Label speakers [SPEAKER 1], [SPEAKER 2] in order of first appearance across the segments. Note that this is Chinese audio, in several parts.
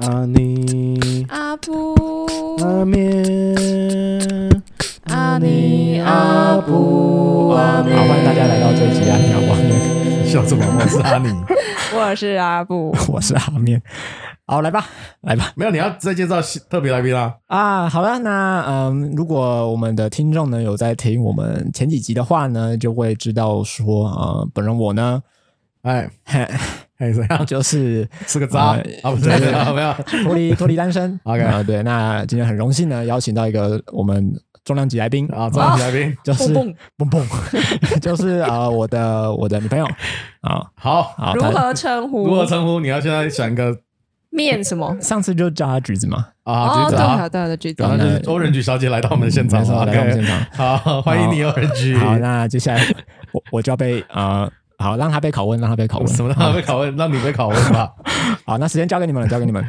[SPEAKER 1] 阿尼
[SPEAKER 2] 阿布
[SPEAKER 1] 阿面，
[SPEAKER 2] 阿尼阿布阿
[SPEAKER 3] 好，欢迎大家来到这一集阿尼阿布阿面，
[SPEAKER 1] 笑什么？我是阿尼，
[SPEAKER 2] 我是阿布。
[SPEAKER 3] 我是阿面。好，来吧，来吧。
[SPEAKER 1] 没有，你要再介绍新特别来宾啦。
[SPEAKER 3] 啊，好了，那嗯，如果我们的听众呢有在听我们前几集的话呢，就会知道说，呃，本人我呢，
[SPEAKER 1] 哎，
[SPEAKER 3] 嘿
[SPEAKER 1] 哎，怎样？
[SPEAKER 3] 就是
[SPEAKER 1] 是个渣
[SPEAKER 3] 呃
[SPEAKER 1] 啊？不是，没有没有。
[SPEAKER 3] 脱离 脱离单身。
[SPEAKER 1] OK
[SPEAKER 3] 啊对，那今天很荣幸呢，邀请到一个我们重量级来宾
[SPEAKER 1] 啊，重量级来宾，
[SPEAKER 3] 就是
[SPEAKER 2] 蹦
[SPEAKER 3] 蹦蹦， 就是呃，我的我的女朋友啊，
[SPEAKER 1] 好，
[SPEAKER 3] 好，
[SPEAKER 2] 如
[SPEAKER 3] 她
[SPEAKER 2] 何称
[SPEAKER 1] 如何
[SPEAKER 2] 呼？
[SPEAKER 1] 称呼？你要现在想一个
[SPEAKER 2] 面什么？
[SPEAKER 3] 上次就叫她橘子嘛，
[SPEAKER 1] 啊，
[SPEAKER 2] 哦，
[SPEAKER 1] 橘子
[SPEAKER 2] 对
[SPEAKER 1] 啊
[SPEAKER 2] 好，对好的橘子
[SPEAKER 1] 然。后就是欧仁菊小姐来到我们现场
[SPEAKER 3] 没错
[SPEAKER 1] 了
[SPEAKER 3] 来到我们现
[SPEAKER 1] 哦，OK，
[SPEAKER 3] 场。
[SPEAKER 1] 好，欢迎你欧仁菊。
[SPEAKER 3] 好，那接下来我我就要被呃，好，让他被拷问，让他被拷问。
[SPEAKER 1] 什么让他被拷问？让你被拷问吧。
[SPEAKER 3] 好，那时间交给你们了，交给你们。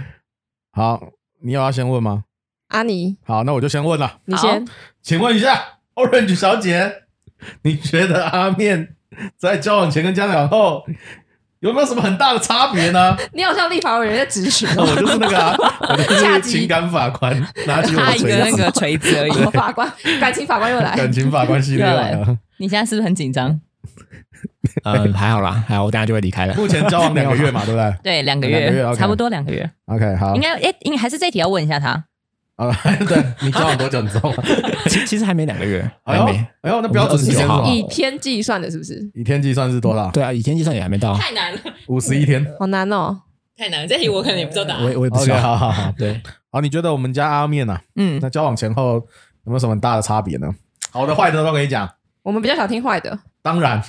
[SPEAKER 1] 好，你有要先问吗？
[SPEAKER 2] 阿尼，
[SPEAKER 1] 好，那我就先问了。
[SPEAKER 2] 你先。
[SPEAKER 1] 请问一下，Orange 小姐，你觉得阿面在交往前跟交往后有没有什么很大的差 别呢？
[SPEAKER 2] 你好像立法委员在指使
[SPEAKER 1] 我就是那个、啊，我就
[SPEAKER 2] 下
[SPEAKER 1] 是
[SPEAKER 2] 集
[SPEAKER 1] 情感法官，拿起我
[SPEAKER 4] 他
[SPEAKER 1] 的
[SPEAKER 4] 一个
[SPEAKER 1] 锤
[SPEAKER 4] 那
[SPEAKER 1] 子，
[SPEAKER 4] 个锤子而已
[SPEAKER 2] 我。们法官，感情法官又来。
[SPEAKER 1] 感情法官系列啊来 了。
[SPEAKER 4] 你现在是不是很紧张？
[SPEAKER 3] 嗯，还好啦，还好，我等下就会离开了。
[SPEAKER 1] 目前交往两个月嘛，对不对
[SPEAKER 4] 对，两个
[SPEAKER 1] 两个月
[SPEAKER 4] 月，
[SPEAKER 1] ，OK
[SPEAKER 4] 差不多两个月。
[SPEAKER 1] ？OK，好
[SPEAKER 4] 应，该哎，应该还是这题要问一下他。
[SPEAKER 1] 啊，对你交往多久？你知道吗？
[SPEAKER 3] 其其实还没两个月，
[SPEAKER 1] 哎
[SPEAKER 3] 还
[SPEAKER 1] 呦
[SPEAKER 3] 没。，
[SPEAKER 1] 哎呦，那标准
[SPEAKER 3] 我们是
[SPEAKER 1] 是几天是
[SPEAKER 3] 29
[SPEAKER 1] 吗
[SPEAKER 3] 号？
[SPEAKER 2] 以天计算的，是不是？
[SPEAKER 1] 以天计算是多少？
[SPEAKER 3] 对啊，以前计算也还没到，
[SPEAKER 4] 太难了，
[SPEAKER 1] 五十一天。
[SPEAKER 2] 好难哦。
[SPEAKER 4] 太难了。这题我可能也不知道答
[SPEAKER 3] 我也我也不知
[SPEAKER 1] OK，
[SPEAKER 3] 道。
[SPEAKER 1] 好好好，
[SPEAKER 3] 对，
[SPEAKER 1] 好，你觉得我们家阿面啊，
[SPEAKER 4] 嗯，
[SPEAKER 1] 那交往前后有没有什么很大的差别呢？好的、坏的都可以讲，
[SPEAKER 2] 我们比较少听坏的，。
[SPEAKER 1] 当然。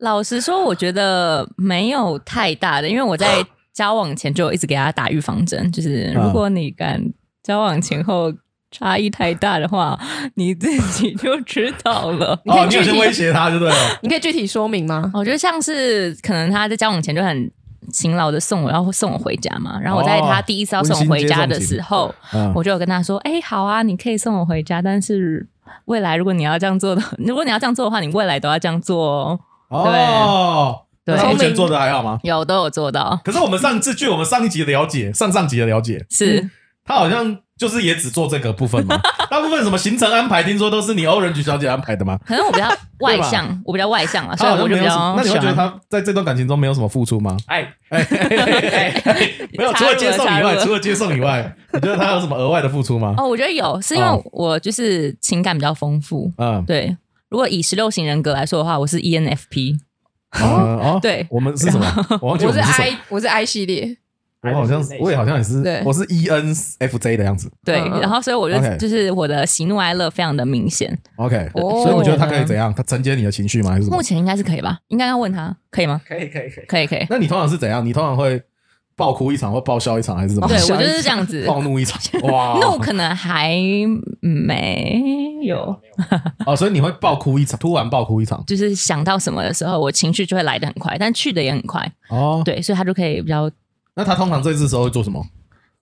[SPEAKER 4] 老实说，我觉得没有太大的，因为我在交往前就一直给他打预防针，就是
[SPEAKER 1] 啊
[SPEAKER 4] 如果你敢交往前后差异太大的话， 你自己就知道 了
[SPEAKER 2] 你可
[SPEAKER 1] 哦，
[SPEAKER 2] 以
[SPEAKER 1] 你
[SPEAKER 2] 具
[SPEAKER 1] 有先威
[SPEAKER 2] 体，
[SPEAKER 1] 胁他就对了。
[SPEAKER 2] 你可以具体说明吗？
[SPEAKER 4] 我觉得像是可能他在交往前就很勤劳的送我，然后送我回家嘛。然后我在
[SPEAKER 1] 哦
[SPEAKER 4] 他第一次要送我
[SPEAKER 1] 温馨
[SPEAKER 4] 回
[SPEAKER 1] 接
[SPEAKER 4] 家
[SPEAKER 1] 送
[SPEAKER 4] 的
[SPEAKER 1] 情
[SPEAKER 4] 时候，
[SPEAKER 1] 嗯，
[SPEAKER 4] 我就有跟他说：“哎、好啊，你可以送我回家，但是未来如果你要这样做的， 如果你要这样做的话，你未来都要这样做哦。
[SPEAKER 1] 哦，
[SPEAKER 4] 对
[SPEAKER 1] 那他目
[SPEAKER 2] 聪
[SPEAKER 1] 前
[SPEAKER 2] 明
[SPEAKER 1] 做的还好吗”？
[SPEAKER 4] 有都有做到，
[SPEAKER 1] 可是我们上次据我们上一集的了解，上上集的了解，
[SPEAKER 4] 是、
[SPEAKER 1] 他好像就是也只做这个部 分嘛。大部分什么行程安排，听说都是你欧人局小姐安排的嘛。
[SPEAKER 4] 可能我比较外向，我比较外向啊，啊所
[SPEAKER 1] 他
[SPEAKER 4] 以
[SPEAKER 1] 好
[SPEAKER 4] 我
[SPEAKER 1] 像哦没有
[SPEAKER 4] 就比
[SPEAKER 1] 什么，
[SPEAKER 4] 较
[SPEAKER 1] 那你会
[SPEAKER 4] 喜
[SPEAKER 1] 觉得
[SPEAKER 4] 欢。
[SPEAKER 1] 他在这段感情中没有什么付出吗？
[SPEAKER 4] 哎，
[SPEAKER 1] 哎， 没有，除了接送以
[SPEAKER 4] 插入
[SPEAKER 1] 外，
[SPEAKER 4] 了
[SPEAKER 1] 除了接送以外，你觉得他有什么额外的付出吗？
[SPEAKER 4] 哦，我觉得有，是因为
[SPEAKER 1] 哦
[SPEAKER 4] 我就是情感比较丰富。
[SPEAKER 1] 嗯，
[SPEAKER 4] 对，如果以十六型人格来说的话，我是 E ENFP，
[SPEAKER 1] 嗯哦
[SPEAKER 4] 对
[SPEAKER 1] 我们是什么？我忘记
[SPEAKER 2] 我
[SPEAKER 1] 们
[SPEAKER 2] 是
[SPEAKER 1] 是什么
[SPEAKER 2] I，我是 I 系 列，
[SPEAKER 1] 我好像是，我也好像也是
[SPEAKER 2] 对，
[SPEAKER 1] 我是 E N F J 的样子。
[SPEAKER 4] 对，
[SPEAKER 2] 嗯嗯
[SPEAKER 4] 然后所以我就
[SPEAKER 1] OK
[SPEAKER 4] 就是我的喜怒哀乐非常的明显。
[SPEAKER 1] OK，
[SPEAKER 2] 哦
[SPEAKER 1] 所以我觉得他可以怎样？他承接你的情绪吗？还是什么
[SPEAKER 4] 目？前应该是可以吧？应该要问他，可以吗？可以，可以，可以，可以，可以。
[SPEAKER 1] 那你通常是怎样？你通常会爆哭一场，或爆哦笑一场，还是怎么？
[SPEAKER 4] 对我就是这样子，
[SPEAKER 1] 暴怒一 场。哇
[SPEAKER 4] no 可能还没有，
[SPEAKER 1] 哦，所以你会爆哭一场，突然爆哭一场。
[SPEAKER 4] 就是想到什么的时候，我情绪就会来得很快，但去的也很快。
[SPEAKER 1] 哦，
[SPEAKER 4] 对，所以他就可以比较
[SPEAKER 1] 那他通常这次时候会做什么？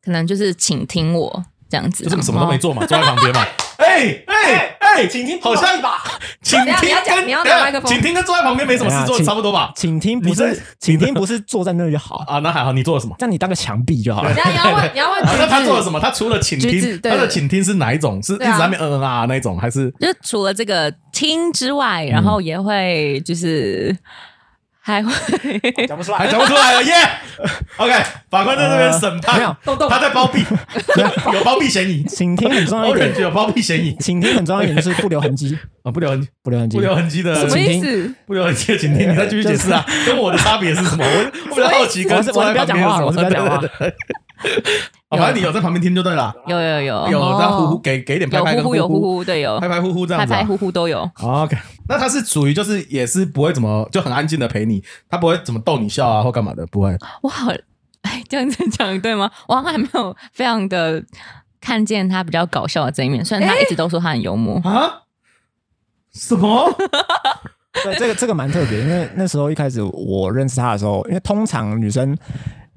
[SPEAKER 4] 可能就是请听我这样子，哦
[SPEAKER 1] 就是什么都没
[SPEAKER 4] 做。
[SPEAKER 1] 做嘛，坐在旁 边嘛。哎哎哎，请听，好像吧，请听
[SPEAKER 2] 等一下你要
[SPEAKER 1] 跟
[SPEAKER 2] 讲你要拿
[SPEAKER 1] 等一下
[SPEAKER 2] 麦克风
[SPEAKER 1] 请听跟坐在旁边没什么事
[SPEAKER 3] 等一
[SPEAKER 1] 做，
[SPEAKER 3] 下请
[SPEAKER 1] 差不多吧？
[SPEAKER 3] 请听不
[SPEAKER 1] 你
[SPEAKER 3] 是
[SPEAKER 1] 在，
[SPEAKER 3] 请听不是坐在那里就好，
[SPEAKER 1] 啊，那还好，你做了什么？
[SPEAKER 3] 这样你当个墙壁就好了
[SPEAKER 2] 等。一下你要问，你要问
[SPEAKER 1] 啊那他
[SPEAKER 2] 哦
[SPEAKER 1] 做了
[SPEAKER 2] 橘
[SPEAKER 1] 什
[SPEAKER 2] 子，
[SPEAKER 1] 么？他除了倾
[SPEAKER 2] 橘
[SPEAKER 1] 听，
[SPEAKER 2] 子对
[SPEAKER 1] 他的倾听是哪一种？是一直
[SPEAKER 2] 对啊
[SPEAKER 1] 在那边嗯嗯啊啊那一种，还是
[SPEAKER 4] 就是除了这个听之外，然后也会就是还会
[SPEAKER 3] 讲不出
[SPEAKER 1] 还讲不出来了耶？OK，法官在这边审判，
[SPEAKER 3] 没有
[SPEAKER 2] 动动
[SPEAKER 1] 哦他在包庇，有包庇嫌疑。
[SPEAKER 3] 请听很重要一
[SPEAKER 1] 欧人
[SPEAKER 3] 点，
[SPEAKER 1] 有包庇嫌疑
[SPEAKER 3] 请听很重要一点就是不留痕 迹，
[SPEAKER 1] 啊，不留痕迹，
[SPEAKER 3] 不留痕迹
[SPEAKER 1] 不。留痕迹的
[SPEAKER 2] 什，么意思？
[SPEAKER 1] 不留痕迹的请听，你再继续解释啊，跟我的差别是什么？我我比较好奇，跟
[SPEAKER 3] 我是
[SPEAKER 1] 坐
[SPEAKER 3] 我是
[SPEAKER 1] 在
[SPEAKER 3] 不要
[SPEAKER 1] 旁
[SPEAKER 3] 讲
[SPEAKER 1] 边
[SPEAKER 3] 话了，
[SPEAKER 1] 有
[SPEAKER 3] 我
[SPEAKER 1] 什
[SPEAKER 3] 是
[SPEAKER 1] 么
[SPEAKER 3] 不要讲话。
[SPEAKER 1] 啊反正你有在旁边听就对了，
[SPEAKER 4] 有有
[SPEAKER 1] 有
[SPEAKER 4] 有
[SPEAKER 2] 哦
[SPEAKER 1] 在呼呼给给点拍
[SPEAKER 4] 有
[SPEAKER 1] 拍
[SPEAKER 4] 呼
[SPEAKER 1] 跟
[SPEAKER 4] 呼有呼呼，对有
[SPEAKER 1] 拍拍呼呼这样
[SPEAKER 4] 拍
[SPEAKER 1] 子啊
[SPEAKER 4] 拍。呼呼都有。
[SPEAKER 1] 哦 OK，那他是属于就是也是不会怎么就很安静的陪你，他不会怎么逗你笑啊或干嘛的，不会。
[SPEAKER 4] 我好 哎，这样子讲对吗？我好像还没有非常的看见他比较搞笑的这一面，虽然他一直都说他很幽默。
[SPEAKER 1] 啊？什么？
[SPEAKER 3] 对，这个这个蛮特别，因为那时候一开始我认识他的时候，因为通常女生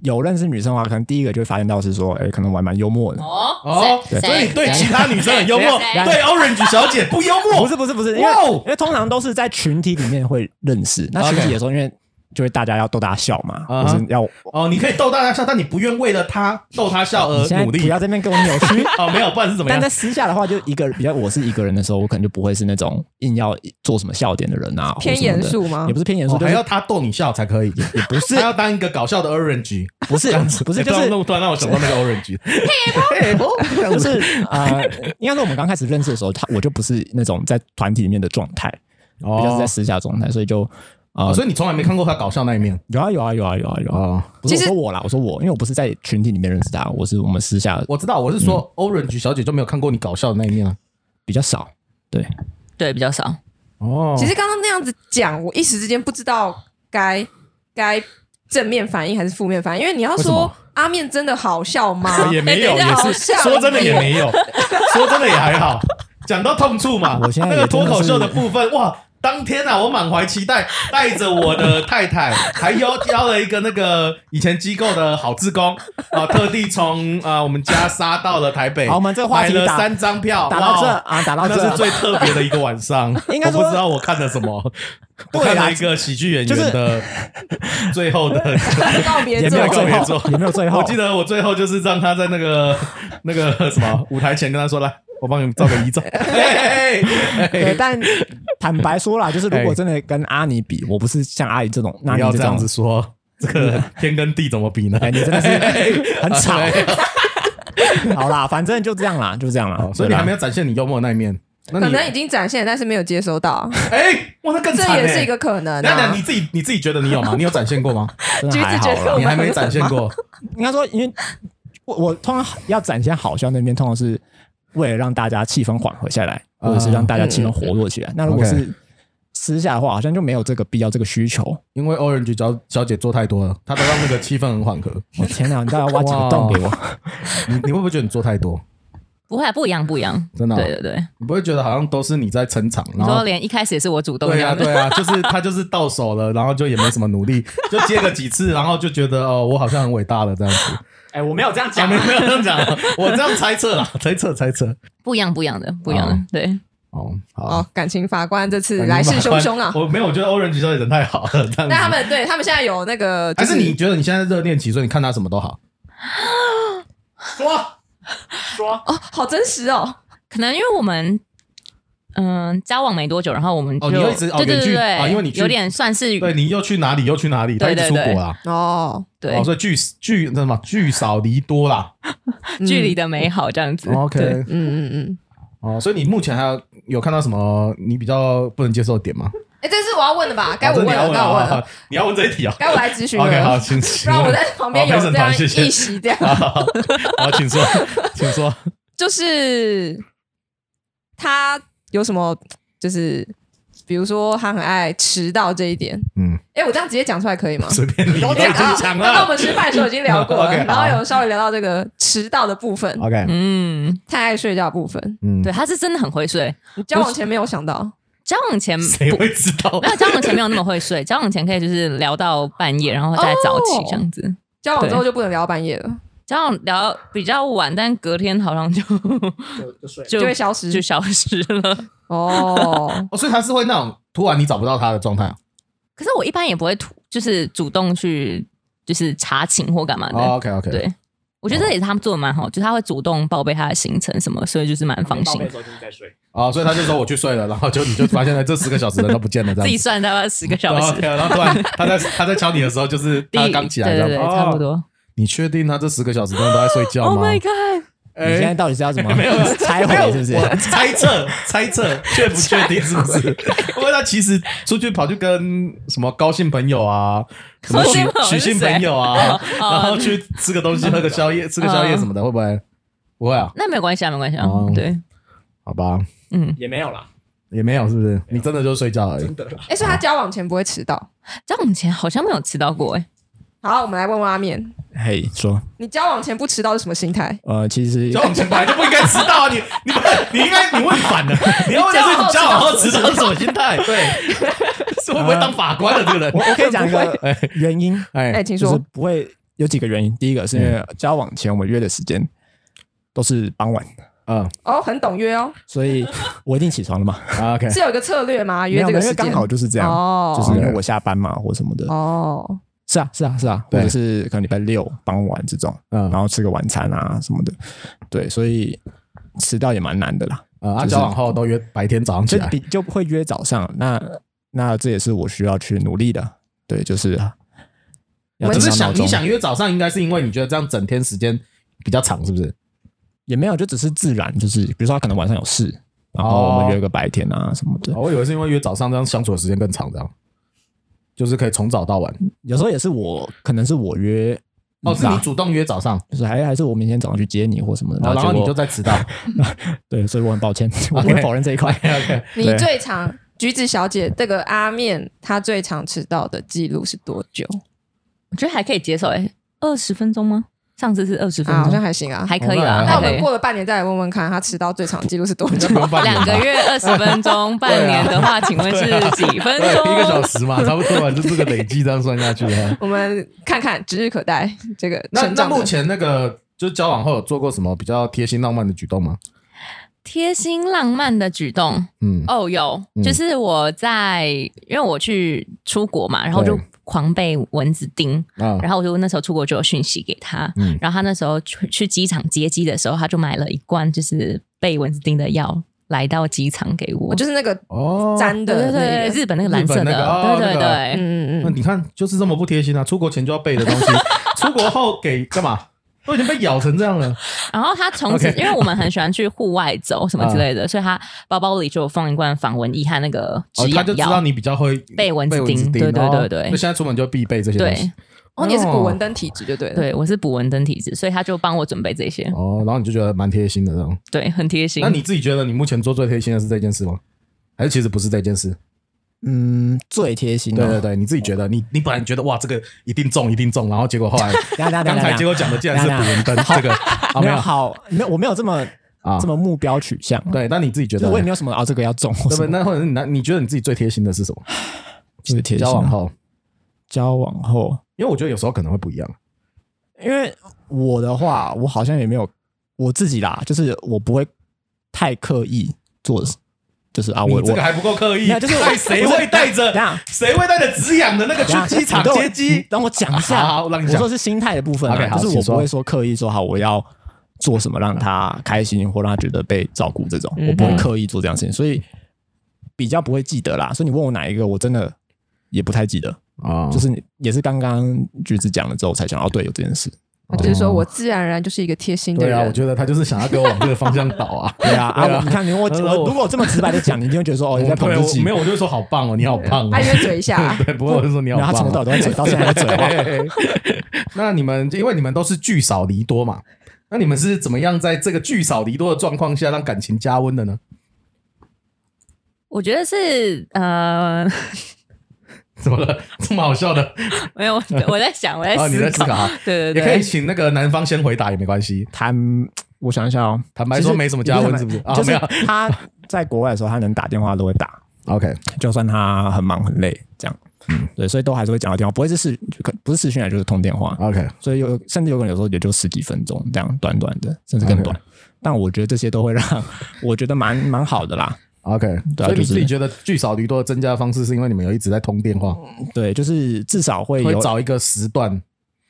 [SPEAKER 3] 有认识女生的话，可能第一个就会发现到是说，哎，可能我还蛮幽默的。
[SPEAKER 4] 哦
[SPEAKER 1] 哦，
[SPEAKER 4] 谁
[SPEAKER 1] 所以
[SPEAKER 4] 谁
[SPEAKER 1] 对
[SPEAKER 4] 谁
[SPEAKER 1] 其他女生很幽默，
[SPEAKER 4] 谁谁
[SPEAKER 1] 对 Orange 小姐不幽默。
[SPEAKER 3] 不是不是不是，因为
[SPEAKER 1] 哇哦
[SPEAKER 3] 因为通常都是在群体里面会认识，那群体的时候，因为就会大家要逗大家笑嘛，
[SPEAKER 1] 啊哈
[SPEAKER 3] 或是要
[SPEAKER 1] 哦，你可以逗大家笑，但你不愿为了他逗他笑
[SPEAKER 3] 你
[SPEAKER 1] 而
[SPEAKER 3] 现在
[SPEAKER 1] 努
[SPEAKER 3] 不
[SPEAKER 1] 力。
[SPEAKER 3] 要这边给我扭曲。
[SPEAKER 1] 哦，没有，不然是怎么
[SPEAKER 3] 但
[SPEAKER 1] 样
[SPEAKER 3] 在？私下的话，就一个比较，我是一个人的时候，我可能就不会是那种硬要做什么笑点的人啊，或什么
[SPEAKER 2] 偏
[SPEAKER 3] 的
[SPEAKER 2] 严肃吗
[SPEAKER 3] 也不是偏严肃，
[SPEAKER 1] 哦，
[SPEAKER 3] 就
[SPEAKER 1] 还
[SPEAKER 3] 是
[SPEAKER 1] 要他逗你笑才可以，也不是，他要当一个搞笑的 orange，
[SPEAKER 3] 不是
[SPEAKER 1] 这样子，
[SPEAKER 3] 不是
[SPEAKER 1] 欸
[SPEAKER 3] 就
[SPEAKER 1] 突
[SPEAKER 3] 是
[SPEAKER 1] 然突然让我想到那 个 orange，嘿
[SPEAKER 3] 就，是呃，应该说我们刚开始认识的时候，他我就不是那种在团体里面的状态，比较是在
[SPEAKER 1] 哦，
[SPEAKER 3] 私下状态，所以就啊、
[SPEAKER 1] 哦所以你从来没看过他搞笑那一面
[SPEAKER 3] 有啊有啊有啊有啊有啊，
[SPEAKER 1] 哦。
[SPEAKER 3] 不是
[SPEAKER 2] 其
[SPEAKER 3] 我
[SPEAKER 2] 实
[SPEAKER 3] 说我啦，我说我，因为我不是在群体里面认识他，我是我们私下
[SPEAKER 1] 我知道，我是说
[SPEAKER 3] 嗯
[SPEAKER 1] orange 小姐就没有看过你搞笑的那一面啊。
[SPEAKER 3] 比较少，对，
[SPEAKER 4] 对，比较少。
[SPEAKER 1] 哦，
[SPEAKER 2] 其实刚刚那样子讲，我一时之间不知道该该正面反应还是负面反应，因为你要
[SPEAKER 1] 为什
[SPEAKER 2] 说
[SPEAKER 1] 么？
[SPEAKER 2] 阿面真的好笑吗
[SPEAKER 1] 也没有，
[SPEAKER 2] 哎等一
[SPEAKER 1] 也
[SPEAKER 2] 下
[SPEAKER 1] 是
[SPEAKER 2] 好笑
[SPEAKER 1] 说真的也没 有，说真的也还好。讲到痛处嘛，
[SPEAKER 3] 我现在
[SPEAKER 1] 那
[SPEAKER 3] 也
[SPEAKER 1] 个脱口
[SPEAKER 3] 真
[SPEAKER 1] 秀
[SPEAKER 3] 的
[SPEAKER 1] 的
[SPEAKER 3] 是
[SPEAKER 1] 部分，哇，当天啊，我满怀期待，带着我的太太， 还邀邀了一个那个以前机构的好志工 啊，特地从啊我们家杀到了台北，
[SPEAKER 3] 好我们这个话题
[SPEAKER 1] 买了
[SPEAKER 3] 打
[SPEAKER 1] 三张票，
[SPEAKER 3] 打到这
[SPEAKER 1] 哇
[SPEAKER 3] 啊，打到
[SPEAKER 1] 哦那是
[SPEAKER 3] 这，
[SPEAKER 1] 最特别的一个晚上，
[SPEAKER 3] 应该
[SPEAKER 1] 我
[SPEAKER 3] 说
[SPEAKER 1] 不知道我看了什么，我
[SPEAKER 3] 对啊啦
[SPEAKER 1] 看了一个喜剧演员的最后的
[SPEAKER 2] 告
[SPEAKER 3] 也
[SPEAKER 2] 别
[SPEAKER 3] 没
[SPEAKER 2] 作
[SPEAKER 3] 有
[SPEAKER 1] 告
[SPEAKER 3] 最
[SPEAKER 1] 别
[SPEAKER 3] 后
[SPEAKER 1] 作，
[SPEAKER 3] 也没有最后，
[SPEAKER 1] 我记得我最后就是让他在那个 那个什么舞台前跟他说：“来，我帮你们照个遗照。嘿嘿 嘿嘿
[SPEAKER 3] 对，但坦白说啦，就是如
[SPEAKER 1] 哎
[SPEAKER 3] 果真的跟阿尼比，我不是像阿姨这种，那
[SPEAKER 1] 不
[SPEAKER 3] 你
[SPEAKER 1] 要
[SPEAKER 3] 这
[SPEAKER 1] 这样
[SPEAKER 3] 种
[SPEAKER 1] 子，说，这个天跟地怎么比呢？
[SPEAKER 3] 哎，你真的 是很吵。
[SPEAKER 1] 哎
[SPEAKER 3] 好啦，反正就这样啦，就这样啦
[SPEAKER 1] 好。哦所以你还没
[SPEAKER 3] 有
[SPEAKER 1] 有展现你幽默的那一面，那
[SPEAKER 2] 可
[SPEAKER 1] 你
[SPEAKER 2] 能已经展现了，但是没有接收 到，
[SPEAKER 1] 哎，哇，那更
[SPEAKER 2] 这
[SPEAKER 1] 惨
[SPEAKER 2] 也
[SPEAKER 1] 欸
[SPEAKER 2] 是一。个可能
[SPEAKER 1] 那那
[SPEAKER 2] 啊
[SPEAKER 1] 你。自己你自己觉得你有吗？你有展现过吗？
[SPEAKER 2] 橘子觉得我
[SPEAKER 1] 你
[SPEAKER 2] 们
[SPEAKER 1] 还没展现过，
[SPEAKER 3] 应该说，因为我我通常要展现好笑那边，通常是为了让大家气氛缓和下来，
[SPEAKER 1] 啊
[SPEAKER 3] 或者是让大家气氛活络起来。那如果是私下的话，好像就没有这个必要，这个 需求。
[SPEAKER 1] 因为 Orange 小小姐做太多了，她都让那个气氛很缓和。
[SPEAKER 3] 我哦天哪，你到底要挖几个洞给我？
[SPEAKER 1] 你你会不会觉得你做太多？
[SPEAKER 4] 不会啊，不一样，不一样。
[SPEAKER 1] 真的啊
[SPEAKER 4] 对对对，
[SPEAKER 1] 你不会觉得好像都是你在撑场，
[SPEAKER 4] 你
[SPEAKER 1] 然后
[SPEAKER 4] 说连一开始也是我主动这
[SPEAKER 1] 对呀、
[SPEAKER 4] 样的，
[SPEAKER 1] 对啊呀、就是他就是到手了，然后就也没什么努力，就接个几次，然后就觉得哦，我好像很伟大了这样子。
[SPEAKER 3] 哎，我没有这样
[SPEAKER 1] 啊，没有没有 这样讲，我这样猜测啦，猜测猜测。
[SPEAKER 4] 不一样，不一样的，不一样的
[SPEAKER 1] 哦。
[SPEAKER 4] 对，
[SPEAKER 1] 哦，好，
[SPEAKER 2] 哦，感情法官这次来势汹汹 啊！
[SPEAKER 1] 我没有，我觉得欧仁局小姐人太好了，这样子
[SPEAKER 2] 但他们对他们现在有那个，就
[SPEAKER 1] 还是你觉得你现在热恋期，所以你看他什么都好。说
[SPEAKER 2] 哦，好真实哦，
[SPEAKER 4] 可能因为我们。嗯，交往没多久，然后我们就
[SPEAKER 1] 哦你又一直哦
[SPEAKER 4] 对对
[SPEAKER 1] 远距
[SPEAKER 4] 对对，
[SPEAKER 1] 啊因为你去
[SPEAKER 4] 有点算是
[SPEAKER 1] 对你又去哪里又去哪里，他一
[SPEAKER 4] 对
[SPEAKER 1] 直
[SPEAKER 4] 对
[SPEAKER 1] 出
[SPEAKER 4] 对
[SPEAKER 1] 国啦，
[SPEAKER 2] 哦，
[SPEAKER 4] 对
[SPEAKER 1] 哦，所以聚聚那什么聚少离多啦。
[SPEAKER 4] 距离的美好这样子。对
[SPEAKER 1] 嗯哦 OK，
[SPEAKER 2] 嗯嗯嗯。
[SPEAKER 1] 哦，所以你目前还有有看到什么你比较不能接受的点吗？
[SPEAKER 2] 哎，这是我要问的吧？该我
[SPEAKER 1] 哦这
[SPEAKER 2] 问
[SPEAKER 1] 你要
[SPEAKER 2] 了，
[SPEAKER 1] 问
[SPEAKER 2] 该
[SPEAKER 1] 啊
[SPEAKER 2] 我问
[SPEAKER 1] 好
[SPEAKER 2] 了
[SPEAKER 1] 好，你要问这一题啊？
[SPEAKER 2] 该我来咨询
[SPEAKER 1] OK，好，
[SPEAKER 2] 了，
[SPEAKER 1] 请
[SPEAKER 2] 不
[SPEAKER 1] 请
[SPEAKER 2] 然
[SPEAKER 1] 问
[SPEAKER 2] 我在旁边
[SPEAKER 1] 好
[SPEAKER 2] 有
[SPEAKER 1] 陪审
[SPEAKER 2] 这
[SPEAKER 1] 团
[SPEAKER 2] 样
[SPEAKER 1] 谢谢
[SPEAKER 2] 一席这样。
[SPEAKER 1] 好， 好请 说，请说。
[SPEAKER 2] 就是他有什么，就是比如说他很爱迟到这一点。
[SPEAKER 1] 嗯，
[SPEAKER 2] 哎，我这样直接讲出来可以吗？
[SPEAKER 1] 随便你，
[SPEAKER 2] 我
[SPEAKER 1] 都
[SPEAKER 2] 讲啊
[SPEAKER 1] 正，常
[SPEAKER 2] 刚刚我
[SPEAKER 1] 了。
[SPEAKER 2] 们吃饭的时候已经聊过 了，
[SPEAKER 1] OK，好
[SPEAKER 2] 然后有稍微聊到这个迟到的部分，
[SPEAKER 1] OK，
[SPEAKER 4] 嗯，
[SPEAKER 2] 太爱睡觉的部分。
[SPEAKER 1] 嗯
[SPEAKER 4] 对，，他是真的很会睡。
[SPEAKER 2] 你交往前没有想到，
[SPEAKER 4] 交往前
[SPEAKER 1] 谁会知道，
[SPEAKER 4] 没？有交往前没有那么会睡，交往前可以就是聊到半 夜，然后再早起这样子。
[SPEAKER 2] 交往之后就不能聊到半夜了，
[SPEAKER 4] 交往聊比较晚，但隔天好像就就
[SPEAKER 2] 就会消失
[SPEAKER 4] 就。消失了。
[SPEAKER 2] 哦
[SPEAKER 1] 哦，所以他是会那种突然你找不到他的状态啊。
[SPEAKER 4] 可是我一般也不会突，就是主动去就是查寝或干嘛的。
[SPEAKER 1] 哦 OK，OK，
[SPEAKER 4] 对，我觉得这也是他们做的蛮好，就是他会主动报备他的行程什么，所以就是蛮放心。
[SPEAKER 1] 哦，所以他就说我去睡了，然后就你就发现了这十个小时人都不见了，这
[SPEAKER 4] 自己
[SPEAKER 1] 样子。
[SPEAKER 4] 算大概十个小
[SPEAKER 1] 哦
[SPEAKER 4] 时
[SPEAKER 1] OK，，然后突然他在他在敲你的时候，就是
[SPEAKER 4] 第
[SPEAKER 1] 他刚起来，
[SPEAKER 4] 对对
[SPEAKER 1] 这
[SPEAKER 4] 对，
[SPEAKER 1] 样。
[SPEAKER 4] 差不
[SPEAKER 1] 哦。
[SPEAKER 4] 多。
[SPEAKER 1] 你确定他这十个小时真的都在睡觉
[SPEAKER 4] Oh
[SPEAKER 1] 吗？
[SPEAKER 4] my god！
[SPEAKER 1] 哎
[SPEAKER 3] 你现在到底是要怎么
[SPEAKER 1] 没有
[SPEAKER 3] 拆
[SPEAKER 1] 哎没有
[SPEAKER 3] 毁？是不是？
[SPEAKER 1] 我 猜测，猜测，确不确定是不是？ 因为他其实出去跑去跟什么高兴朋友啊，什么
[SPEAKER 4] 高
[SPEAKER 1] 许
[SPEAKER 4] 兴朋友
[SPEAKER 1] 许
[SPEAKER 4] 是
[SPEAKER 1] 姓
[SPEAKER 4] 谁
[SPEAKER 1] 朋友啊，
[SPEAKER 4] 哦
[SPEAKER 1] 然后去吃个东西、喝个宵夜、吃个宵夜什么的，会不会？不会啊，
[SPEAKER 4] 那没有关系啊，没关系啊
[SPEAKER 1] 哦。
[SPEAKER 4] 对，
[SPEAKER 1] 好吧，
[SPEAKER 4] 嗯，
[SPEAKER 3] 也没有啦，
[SPEAKER 1] 也没有，是不是？你真的就是睡觉而已。
[SPEAKER 3] 的啦。
[SPEAKER 2] 哎，所以他交往前不会迟到。
[SPEAKER 4] 交往前好像没有迟到过哎。
[SPEAKER 2] 好，我们来问问阿面，
[SPEAKER 3] 嘿，说，
[SPEAKER 2] 你交往前不迟到是什么心态？
[SPEAKER 3] 呃，其实
[SPEAKER 1] 交往前本来就不应该迟到啊！你你 不你应该你问反了，你要问的是你交往后迟到是什么心态？对， 是会不会当法官的这个人
[SPEAKER 3] 我？我可以讲一
[SPEAKER 2] 不
[SPEAKER 3] 个原因，
[SPEAKER 2] 哎，
[SPEAKER 1] 哎，
[SPEAKER 2] 请
[SPEAKER 3] 就是
[SPEAKER 2] 说，
[SPEAKER 3] 不
[SPEAKER 1] 嗯
[SPEAKER 3] 会有几个原因。第一个是因为交往前我们约的时间都是傍晚，
[SPEAKER 1] 嗯
[SPEAKER 2] 哦，很懂约哦，
[SPEAKER 3] 所以我一定起床了嘛。
[SPEAKER 1] 啊，OK，
[SPEAKER 2] 是有一个策略吗？
[SPEAKER 3] 没
[SPEAKER 2] 约
[SPEAKER 3] 有没有
[SPEAKER 2] 这个
[SPEAKER 3] 因
[SPEAKER 2] 时
[SPEAKER 3] 为
[SPEAKER 2] 间
[SPEAKER 3] 刚好就是这样，
[SPEAKER 2] 哦
[SPEAKER 3] 就是因为我下班嘛或什么的。
[SPEAKER 2] 哦，
[SPEAKER 3] 是啊，是啊，是啊，或
[SPEAKER 1] 对
[SPEAKER 3] 者是可能礼拜六傍晚这种，
[SPEAKER 1] 嗯
[SPEAKER 3] 然后吃个晚餐啊什么的。对，所以迟到也蛮难的啦。
[SPEAKER 1] 呃，啊，
[SPEAKER 3] 就是
[SPEAKER 1] 交往后都约白天早上起
[SPEAKER 3] 就
[SPEAKER 1] 来
[SPEAKER 3] 比就会约早上，那那这也是我需要去努力的。对，就是要
[SPEAKER 1] 可
[SPEAKER 3] 定
[SPEAKER 1] 是
[SPEAKER 3] 到闹
[SPEAKER 1] 想
[SPEAKER 3] 钟
[SPEAKER 1] 你，想约早上，应该是因为你觉得这样整天时间比较长，是不是？
[SPEAKER 3] 也没有，就只是自然，就是比如说他可能晚上有事，然后我们约个白天啊什么的。
[SPEAKER 1] 哦我以为是因为约早上这样相处的时间更长，这样就是可以从早到晚。
[SPEAKER 3] 有时候也是我，可能是我约
[SPEAKER 1] 哦，是你
[SPEAKER 3] 吧
[SPEAKER 1] 主动约早上，
[SPEAKER 3] 就是还还是我明天早上去接你或什么的，
[SPEAKER 1] 哦然
[SPEAKER 3] 结
[SPEAKER 1] 后
[SPEAKER 3] 果
[SPEAKER 1] 你就再迟 到。
[SPEAKER 3] 对，所以我很抱 歉，我不会否认这一块。
[SPEAKER 1] OK，
[SPEAKER 2] 你
[SPEAKER 3] 对
[SPEAKER 2] 最长橘子小姐这个阿面，她最长迟到的记录是多久？
[SPEAKER 4] 我觉得还可以接受、欸，哎，二十分钟吗？上次是二十分
[SPEAKER 2] 啊，好像
[SPEAKER 4] 钟，
[SPEAKER 2] 还行啊。
[SPEAKER 4] 还可以
[SPEAKER 1] 哦
[SPEAKER 4] 啦，
[SPEAKER 2] 那
[SPEAKER 4] 还
[SPEAKER 2] 我
[SPEAKER 4] 可
[SPEAKER 2] 们
[SPEAKER 4] 以。
[SPEAKER 2] 过了半年再来问问看，她迟到最长记录是多 久？
[SPEAKER 4] 两个月二十分钟，半年的话，请问是几分
[SPEAKER 1] 对， 一个小
[SPEAKER 4] 钟？
[SPEAKER 1] 时嘛，差不多啊吧，就这个累计这样算下去的话
[SPEAKER 2] 我们看看，指日可待。这个
[SPEAKER 1] 那
[SPEAKER 2] 成
[SPEAKER 1] 那
[SPEAKER 2] 长的
[SPEAKER 1] 目前那个就是交往后有做过什么比较贴心浪漫的举动吗？
[SPEAKER 4] 贴心浪漫的举动
[SPEAKER 1] 嗯，
[SPEAKER 4] 哦，有
[SPEAKER 1] 嗯，
[SPEAKER 4] 就是我在，因为我去出国嘛，然后就
[SPEAKER 1] 对
[SPEAKER 4] 狂被蚊子叮，
[SPEAKER 1] 啊，
[SPEAKER 4] 然后我就那时候出国就有讯息给他，
[SPEAKER 1] 嗯
[SPEAKER 4] 然后他那时候去去机场接机的时候，他就买了一罐就是被蚊子叮的药来到机场给我，
[SPEAKER 2] 我就是那个
[SPEAKER 1] 哦，
[SPEAKER 2] 粘
[SPEAKER 4] 对
[SPEAKER 2] 的
[SPEAKER 4] 对
[SPEAKER 2] 那
[SPEAKER 4] 对，
[SPEAKER 2] 个，
[SPEAKER 4] 日本那个蓝色
[SPEAKER 1] 日
[SPEAKER 4] 的，
[SPEAKER 1] 本那个哦
[SPEAKER 4] 对对
[SPEAKER 1] 那个
[SPEAKER 4] 对，
[SPEAKER 2] 嗯嗯
[SPEAKER 1] 那
[SPEAKER 2] 嗯，
[SPEAKER 1] 你看就是这么不贴心啊！出国前就要备的 东西，出国后给干嘛？都已经被咬成这样了，
[SPEAKER 4] 然后他从此
[SPEAKER 1] OK 嗯
[SPEAKER 4] 因为我们很喜欢去户外走什么之类的，所以他包包里就有放一罐防蚊液和那个
[SPEAKER 1] 哦
[SPEAKER 4] 止，
[SPEAKER 1] 他就
[SPEAKER 4] 痒
[SPEAKER 1] 知道
[SPEAKER 4] 药。
[SPEAKER 1] 你比较会
[SPEAKER 4] 被蚊子
[SPEAKER 1] 被
[SPEAKER 4] 叮对对对对
[SPEAKER 1] 哦那现在出门就必备这些东西
[SPEAKER 4] 对。
[SPEAKER 2] 哦，你也是古文灯体质就对了。
[SPEAKER 4] 对，我是补蚊灯体质，所以他就帮我准备这些，
[SPEAKER 1] 哦，然后你就觉得蛮贴心的这种。
[SPEAKER 4] 对，很贴心。
[SPEAKER 1] 那你自己觉得你目前做最贴心的是这件事吗？还是其实不是这件事？
[SPEAKER 3] 嗯，最贴心
[SPEAKER 1] 对
[SPEAKER 3] 的，
[SPEAKER 1] 对对，你自己觉得你你本来觉得哇这个一定中一定中，然后结果 后来
[SPEAKER 3] 等一下等一下
[SPEAKER 1] 刚才结果讲的竟然是
[SPEAKER 3] 等一下
[SPEAKER 1] 捕蚊灯这个啊
[SPEAKER 3] 没
[SPEAKER 1] 没有
[SPEAKER 3] 有好，没有我没有这么
[SPEAKER 1] 啊
[SPEAKER 3] 这么目标取向，
[SPEAKER 1] 对，那你自己觉
[SPEAKER 3] 就是
[SPEAKER 1] 得
[SPEAKER 3] 我也没
[SPEAKER 1] 对
[SPEAKER 3] 有什么啊，这个要中，
[SPEAKER 1] 不对？
[SPEAKER 3] 对？
[SPEAKER 1] 那或者是你那你觉得你自己最贴心的是什么？
[SPEAKER 3] 最贴心
[SPEAKER 1] 交
[SPEAKER 3] 的
[SPEAKER 1] 往后，
[SPEAKER 3] 交往后，
[SPEAKER 1] 因为我觉得有时候可能会不一样。
[SPEAKER 3] 因为我的话，我好像也没有我自己啦，就是我不会太刻意做，就是啊，我
[SPEAKER 1] 你这
[SPEAKER 3] 我
[SPEAKER 1] 个还不够刻意，
[SPEAKER 3] 没有就是我
[SPEAKER 1] 哎谁
[SPEAKER 3] 不是
[SPEAKER 1] 会带着
[SPEAKER 3] 等一下
[SPEAKER 1] 谁会带着止痒的那个
[SPEAKER 3] 等一
[SPEAKER 1] 去
[SPEAKER 3] 下
[SPEAKER 1] 机场
[SPEAKER 3] 你等我
[SPEAKER 1] 接
[SPEAKER 3] 你
[SPEAKER 1] 机？
[SPEAKER 3] 等我讲一
[SPEAKER 1] 好好
[SPEAKER 3] 下。
[SPEAKER 1] 好我让你
[SPEAKER 3] 我
[SPEAKER 1] 讲
[SPEAKER 3] 说是心态的部分
[SPEAKER 1] OK，
[SPEAKER 3] 啊，
[SPEAKER 1] 好
[SPEAKER 3] 就是
[SPEAKER 1] 请
[SPEAKER 3] 我
[SPEAKER 1] 说
[SPEAKER 3] 不会说刻意说好我要做什么让他开心或让他觉得被照顾这种，
[SPEAKER 2] 嗯
[SPEAKER 3] 我不会刻意做这样的事情，所以比较不会记得啦。所以你问我哪一个，我真的也不太记得，
[SPEAKER 1] 啊
[SPEAKER 3] 就是你也是刚刚橘子讲了之后我才想哦到，对，有这件 事。
[SPEAKER 2] 她就是说我自然而然就是一个贴心的
[SPEAKER 1] 对啊，我
[SPEAKER 2] 人。
[SPEAKER 1] 觉得他就是想要给我往这个方向导啊。
[SPEAKER 3] 对啊，啊，我 你看，你问我
[SPEAKER 1] 那
[SPEAKER 3] 我
[SPEAKER 1] 我
[SPEAKER 3] 如果我这么直白的讲，你一定会觉得 说哦，你在捧
[SPEAKER 1] 对，
[SPEAKER 3] 自
[SPEAKER 1] 我
[SPEAKER 3] 己。哎
[SPEAKER 1] 没有，我就会说好棒哦，你好棒哦
[SPEAKER 2] 她。约嘴一下 啊，
[SPEAKER 1] 对，不过我就说你好
[SPEAKER 3] 然后哎
[SPEAKER 1] 棒
[SPEAKER 3] 他从头到
[SPEAKER 1] 哦。
[SPEAKER 3] 尾都在嘴，到现在还在嘴 嘛。
[SPEAKER 1] 对 那你们因为你们都是聚少离多嘛，那你们是怎么样在这个聚少离多的状况下让感情加温的呢？
[SPEAKER 4] 我觉得是呃，
[SPEAKER 1] 怎么了？ 这么好笑的？
[SPEAKER 4] 没有，我我在想，我
[SPEAKER 3] 哎
[SPEAKER 4] 在
[SPEAKER 1] 哦，你在思
[SPEAKER 4] 思
[SPEAKER 1] 考
[SPEAKER 4] 考，
[SPEAKER 1] 啊，
[SPEAKER 4] 对
[SPEAKER 1] 也
[SPEAKER 4] 对
[SPEAKER 1] 可以
[SPEAKER 4] 对，
[SPEAKER 1] 请那个男方先回答也没关系。
[SPEAKER 3] 谈，我想一下哦，
[SPEAKER 1] 坦白说没什么加温是不是
[SPEAKER 3] 其实
[SPEAKER 1] 啊
[SPEAKER 3] 就是
[SPEAKER 1] 没
[SPEAKER 3] 他在国外的时候，他能打电话都会打，
[SPEAKER 1] OK，
[SPEAKER 3] 就算他很忙很累这样。嗯对，所以都还是会讲到电话，不会是视，就可不是视讯来就是通电话，
[SPEAKER 1] OK，
[SPEAKER 3] 所以有甚至有可能有时候也就十几分钟这样，短短的，甚至更
[SPEAKER 1] 啊
[SPEAKER 3] 短。但我觉得这些都会让我觉得蛮蛮好的啦。
[SPEAKER 1] OK，
[SPEAKER 3] 对啊
[SPEAKER 1] 所以
[SPEAKER 3] 就
[SPEAKER 1] 你
[SPEAKER 3] 是
[SPEAKER 1] 自己觉得聚少离多的增加方式，是因为你们有一直在通电话，
[SPEAKER 3] 对，就是至少会
[SPEAKER 1] 会
[SPEAKER 3] 有，
[SPEAKER 1] 找一哦个时段。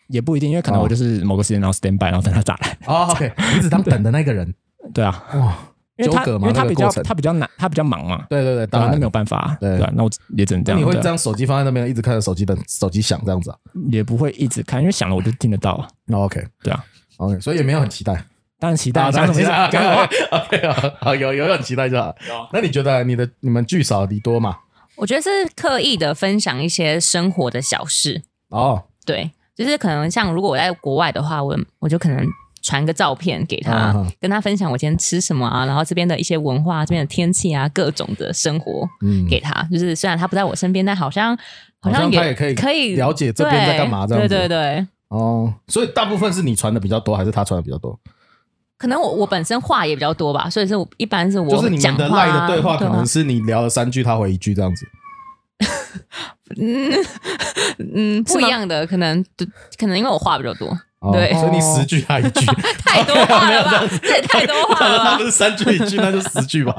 [SPEAKER 3] 也不一定，因为可能我就是某个时间然后 stand by，然后等他打来。
[SPEAKER 1] 哦，OK，你只当等的那个人。
[SPEAKER 3] 对啊，
[SPEAKER 1] 哇，
[SPEAKER 3] 因为他
[SPEAKER 1] 纠葛
[SPEAKER 3] 因
[SPEAKER 1] 嘛
[SPEAKER 3] 为他
[SPEAKER 1] 那个
[SPEAKER 3] 比
[SPEAKER 1] 过
[SPEAKER 3] 较
[SPEAKER 1] 程
[SPEAKER 3] 他比较难，他比较忙嘛，
[SPEAKER 1] 对对对，
[SPEAKER 3] 当
[SPEAKER 1] 当
[SPEAKER 3] 然那
[SPEAKER 1] 然
[SPEAKER 3] 没有办法啊，
[SPEAKER 1] 对
[SPEAKER 3] 对啊，那我也只能这
[SPEAKER 1] 那
[SPEAKER 3] 样。
[SPEAKER 1] 你会
[SPEAKER 3] 对啊
[SPEAKER 1] 这样手机放在那边，一直看着手机本手机响这样子啊
[SPEAKER 3] 也不会一直看，因为想了我就听得到啊，
[SPEAKER 1] 哦？OK
[SPEAKER 3] 对啊。
[SPEAKER 1] OK，所以也没有很期待。
[SPEAKER 3] 当然期待，
[SPEAKER 1] 大家
[SPEAKER 3] 讲什么意思？ 讲什么话
[SPEAKER 1] OK，好 好，有有很期待就好。那你觉得你的你们聚少离多嘛？
[SPEAKER 4] 我觉得是刻意的分享一些生活的小事，
[SPEAKER 1] 哦，
[SPEAKER 4] 对，就是可能像如果我在国外的话，我我就可能传个照片给他，
[SPEAKER 1] 嗯嗯
[SPEAKER 4] 跟他分享我今天吃什么啊，然后这边的一些文化、这边的天气啊，各种的生活
[SPEAKER 1] 嗯，
[SPEAKER 4] 给他。就是虽然他不在我身边，但好像
[SPEAKER 1] 好像
[SPEAKER 4] 像
[SPEAKER 1] 他也可以
[SPEAKER 4] 以可
[SPEAKER 1] 了解这边在干嘛这
[SPEAKER 4] 对
[SPEAKER 1] 样子
[SPEAKER 4] 对对对，
[SPEAKER 1] 哦，所以大部分是你传的比较多，还是他传的比较多？
[SPEAKER 4] 可能我我本身话也比较多吧，所以是我一般是我
[SPEAKER 1] 就是你
[SPEAKER 4] 讲
[SPEAKER 1] 们的
[SPEAKER 4] 话
[SPEAKER 1] 赖的对话，可
[SPEAKER 4] 啊
[SPEAKER 1] 能是你聊了三句，他回一句这样子。
[SPEAKER 4] 嗯嗯不一样的，可能可能因为我话比较多，
[SPEAKER 1] 哦
[SPEAKER 4] 对
[SPEAKER 1] 所以你十句他一 句，
[SPEAKER 4] 太多话了吧？这也太多话了
[SPEAKER 1] 他
[SPEAKER 4] 吧
[SPEAKER 1] 不？是三句一句，那就十句吧。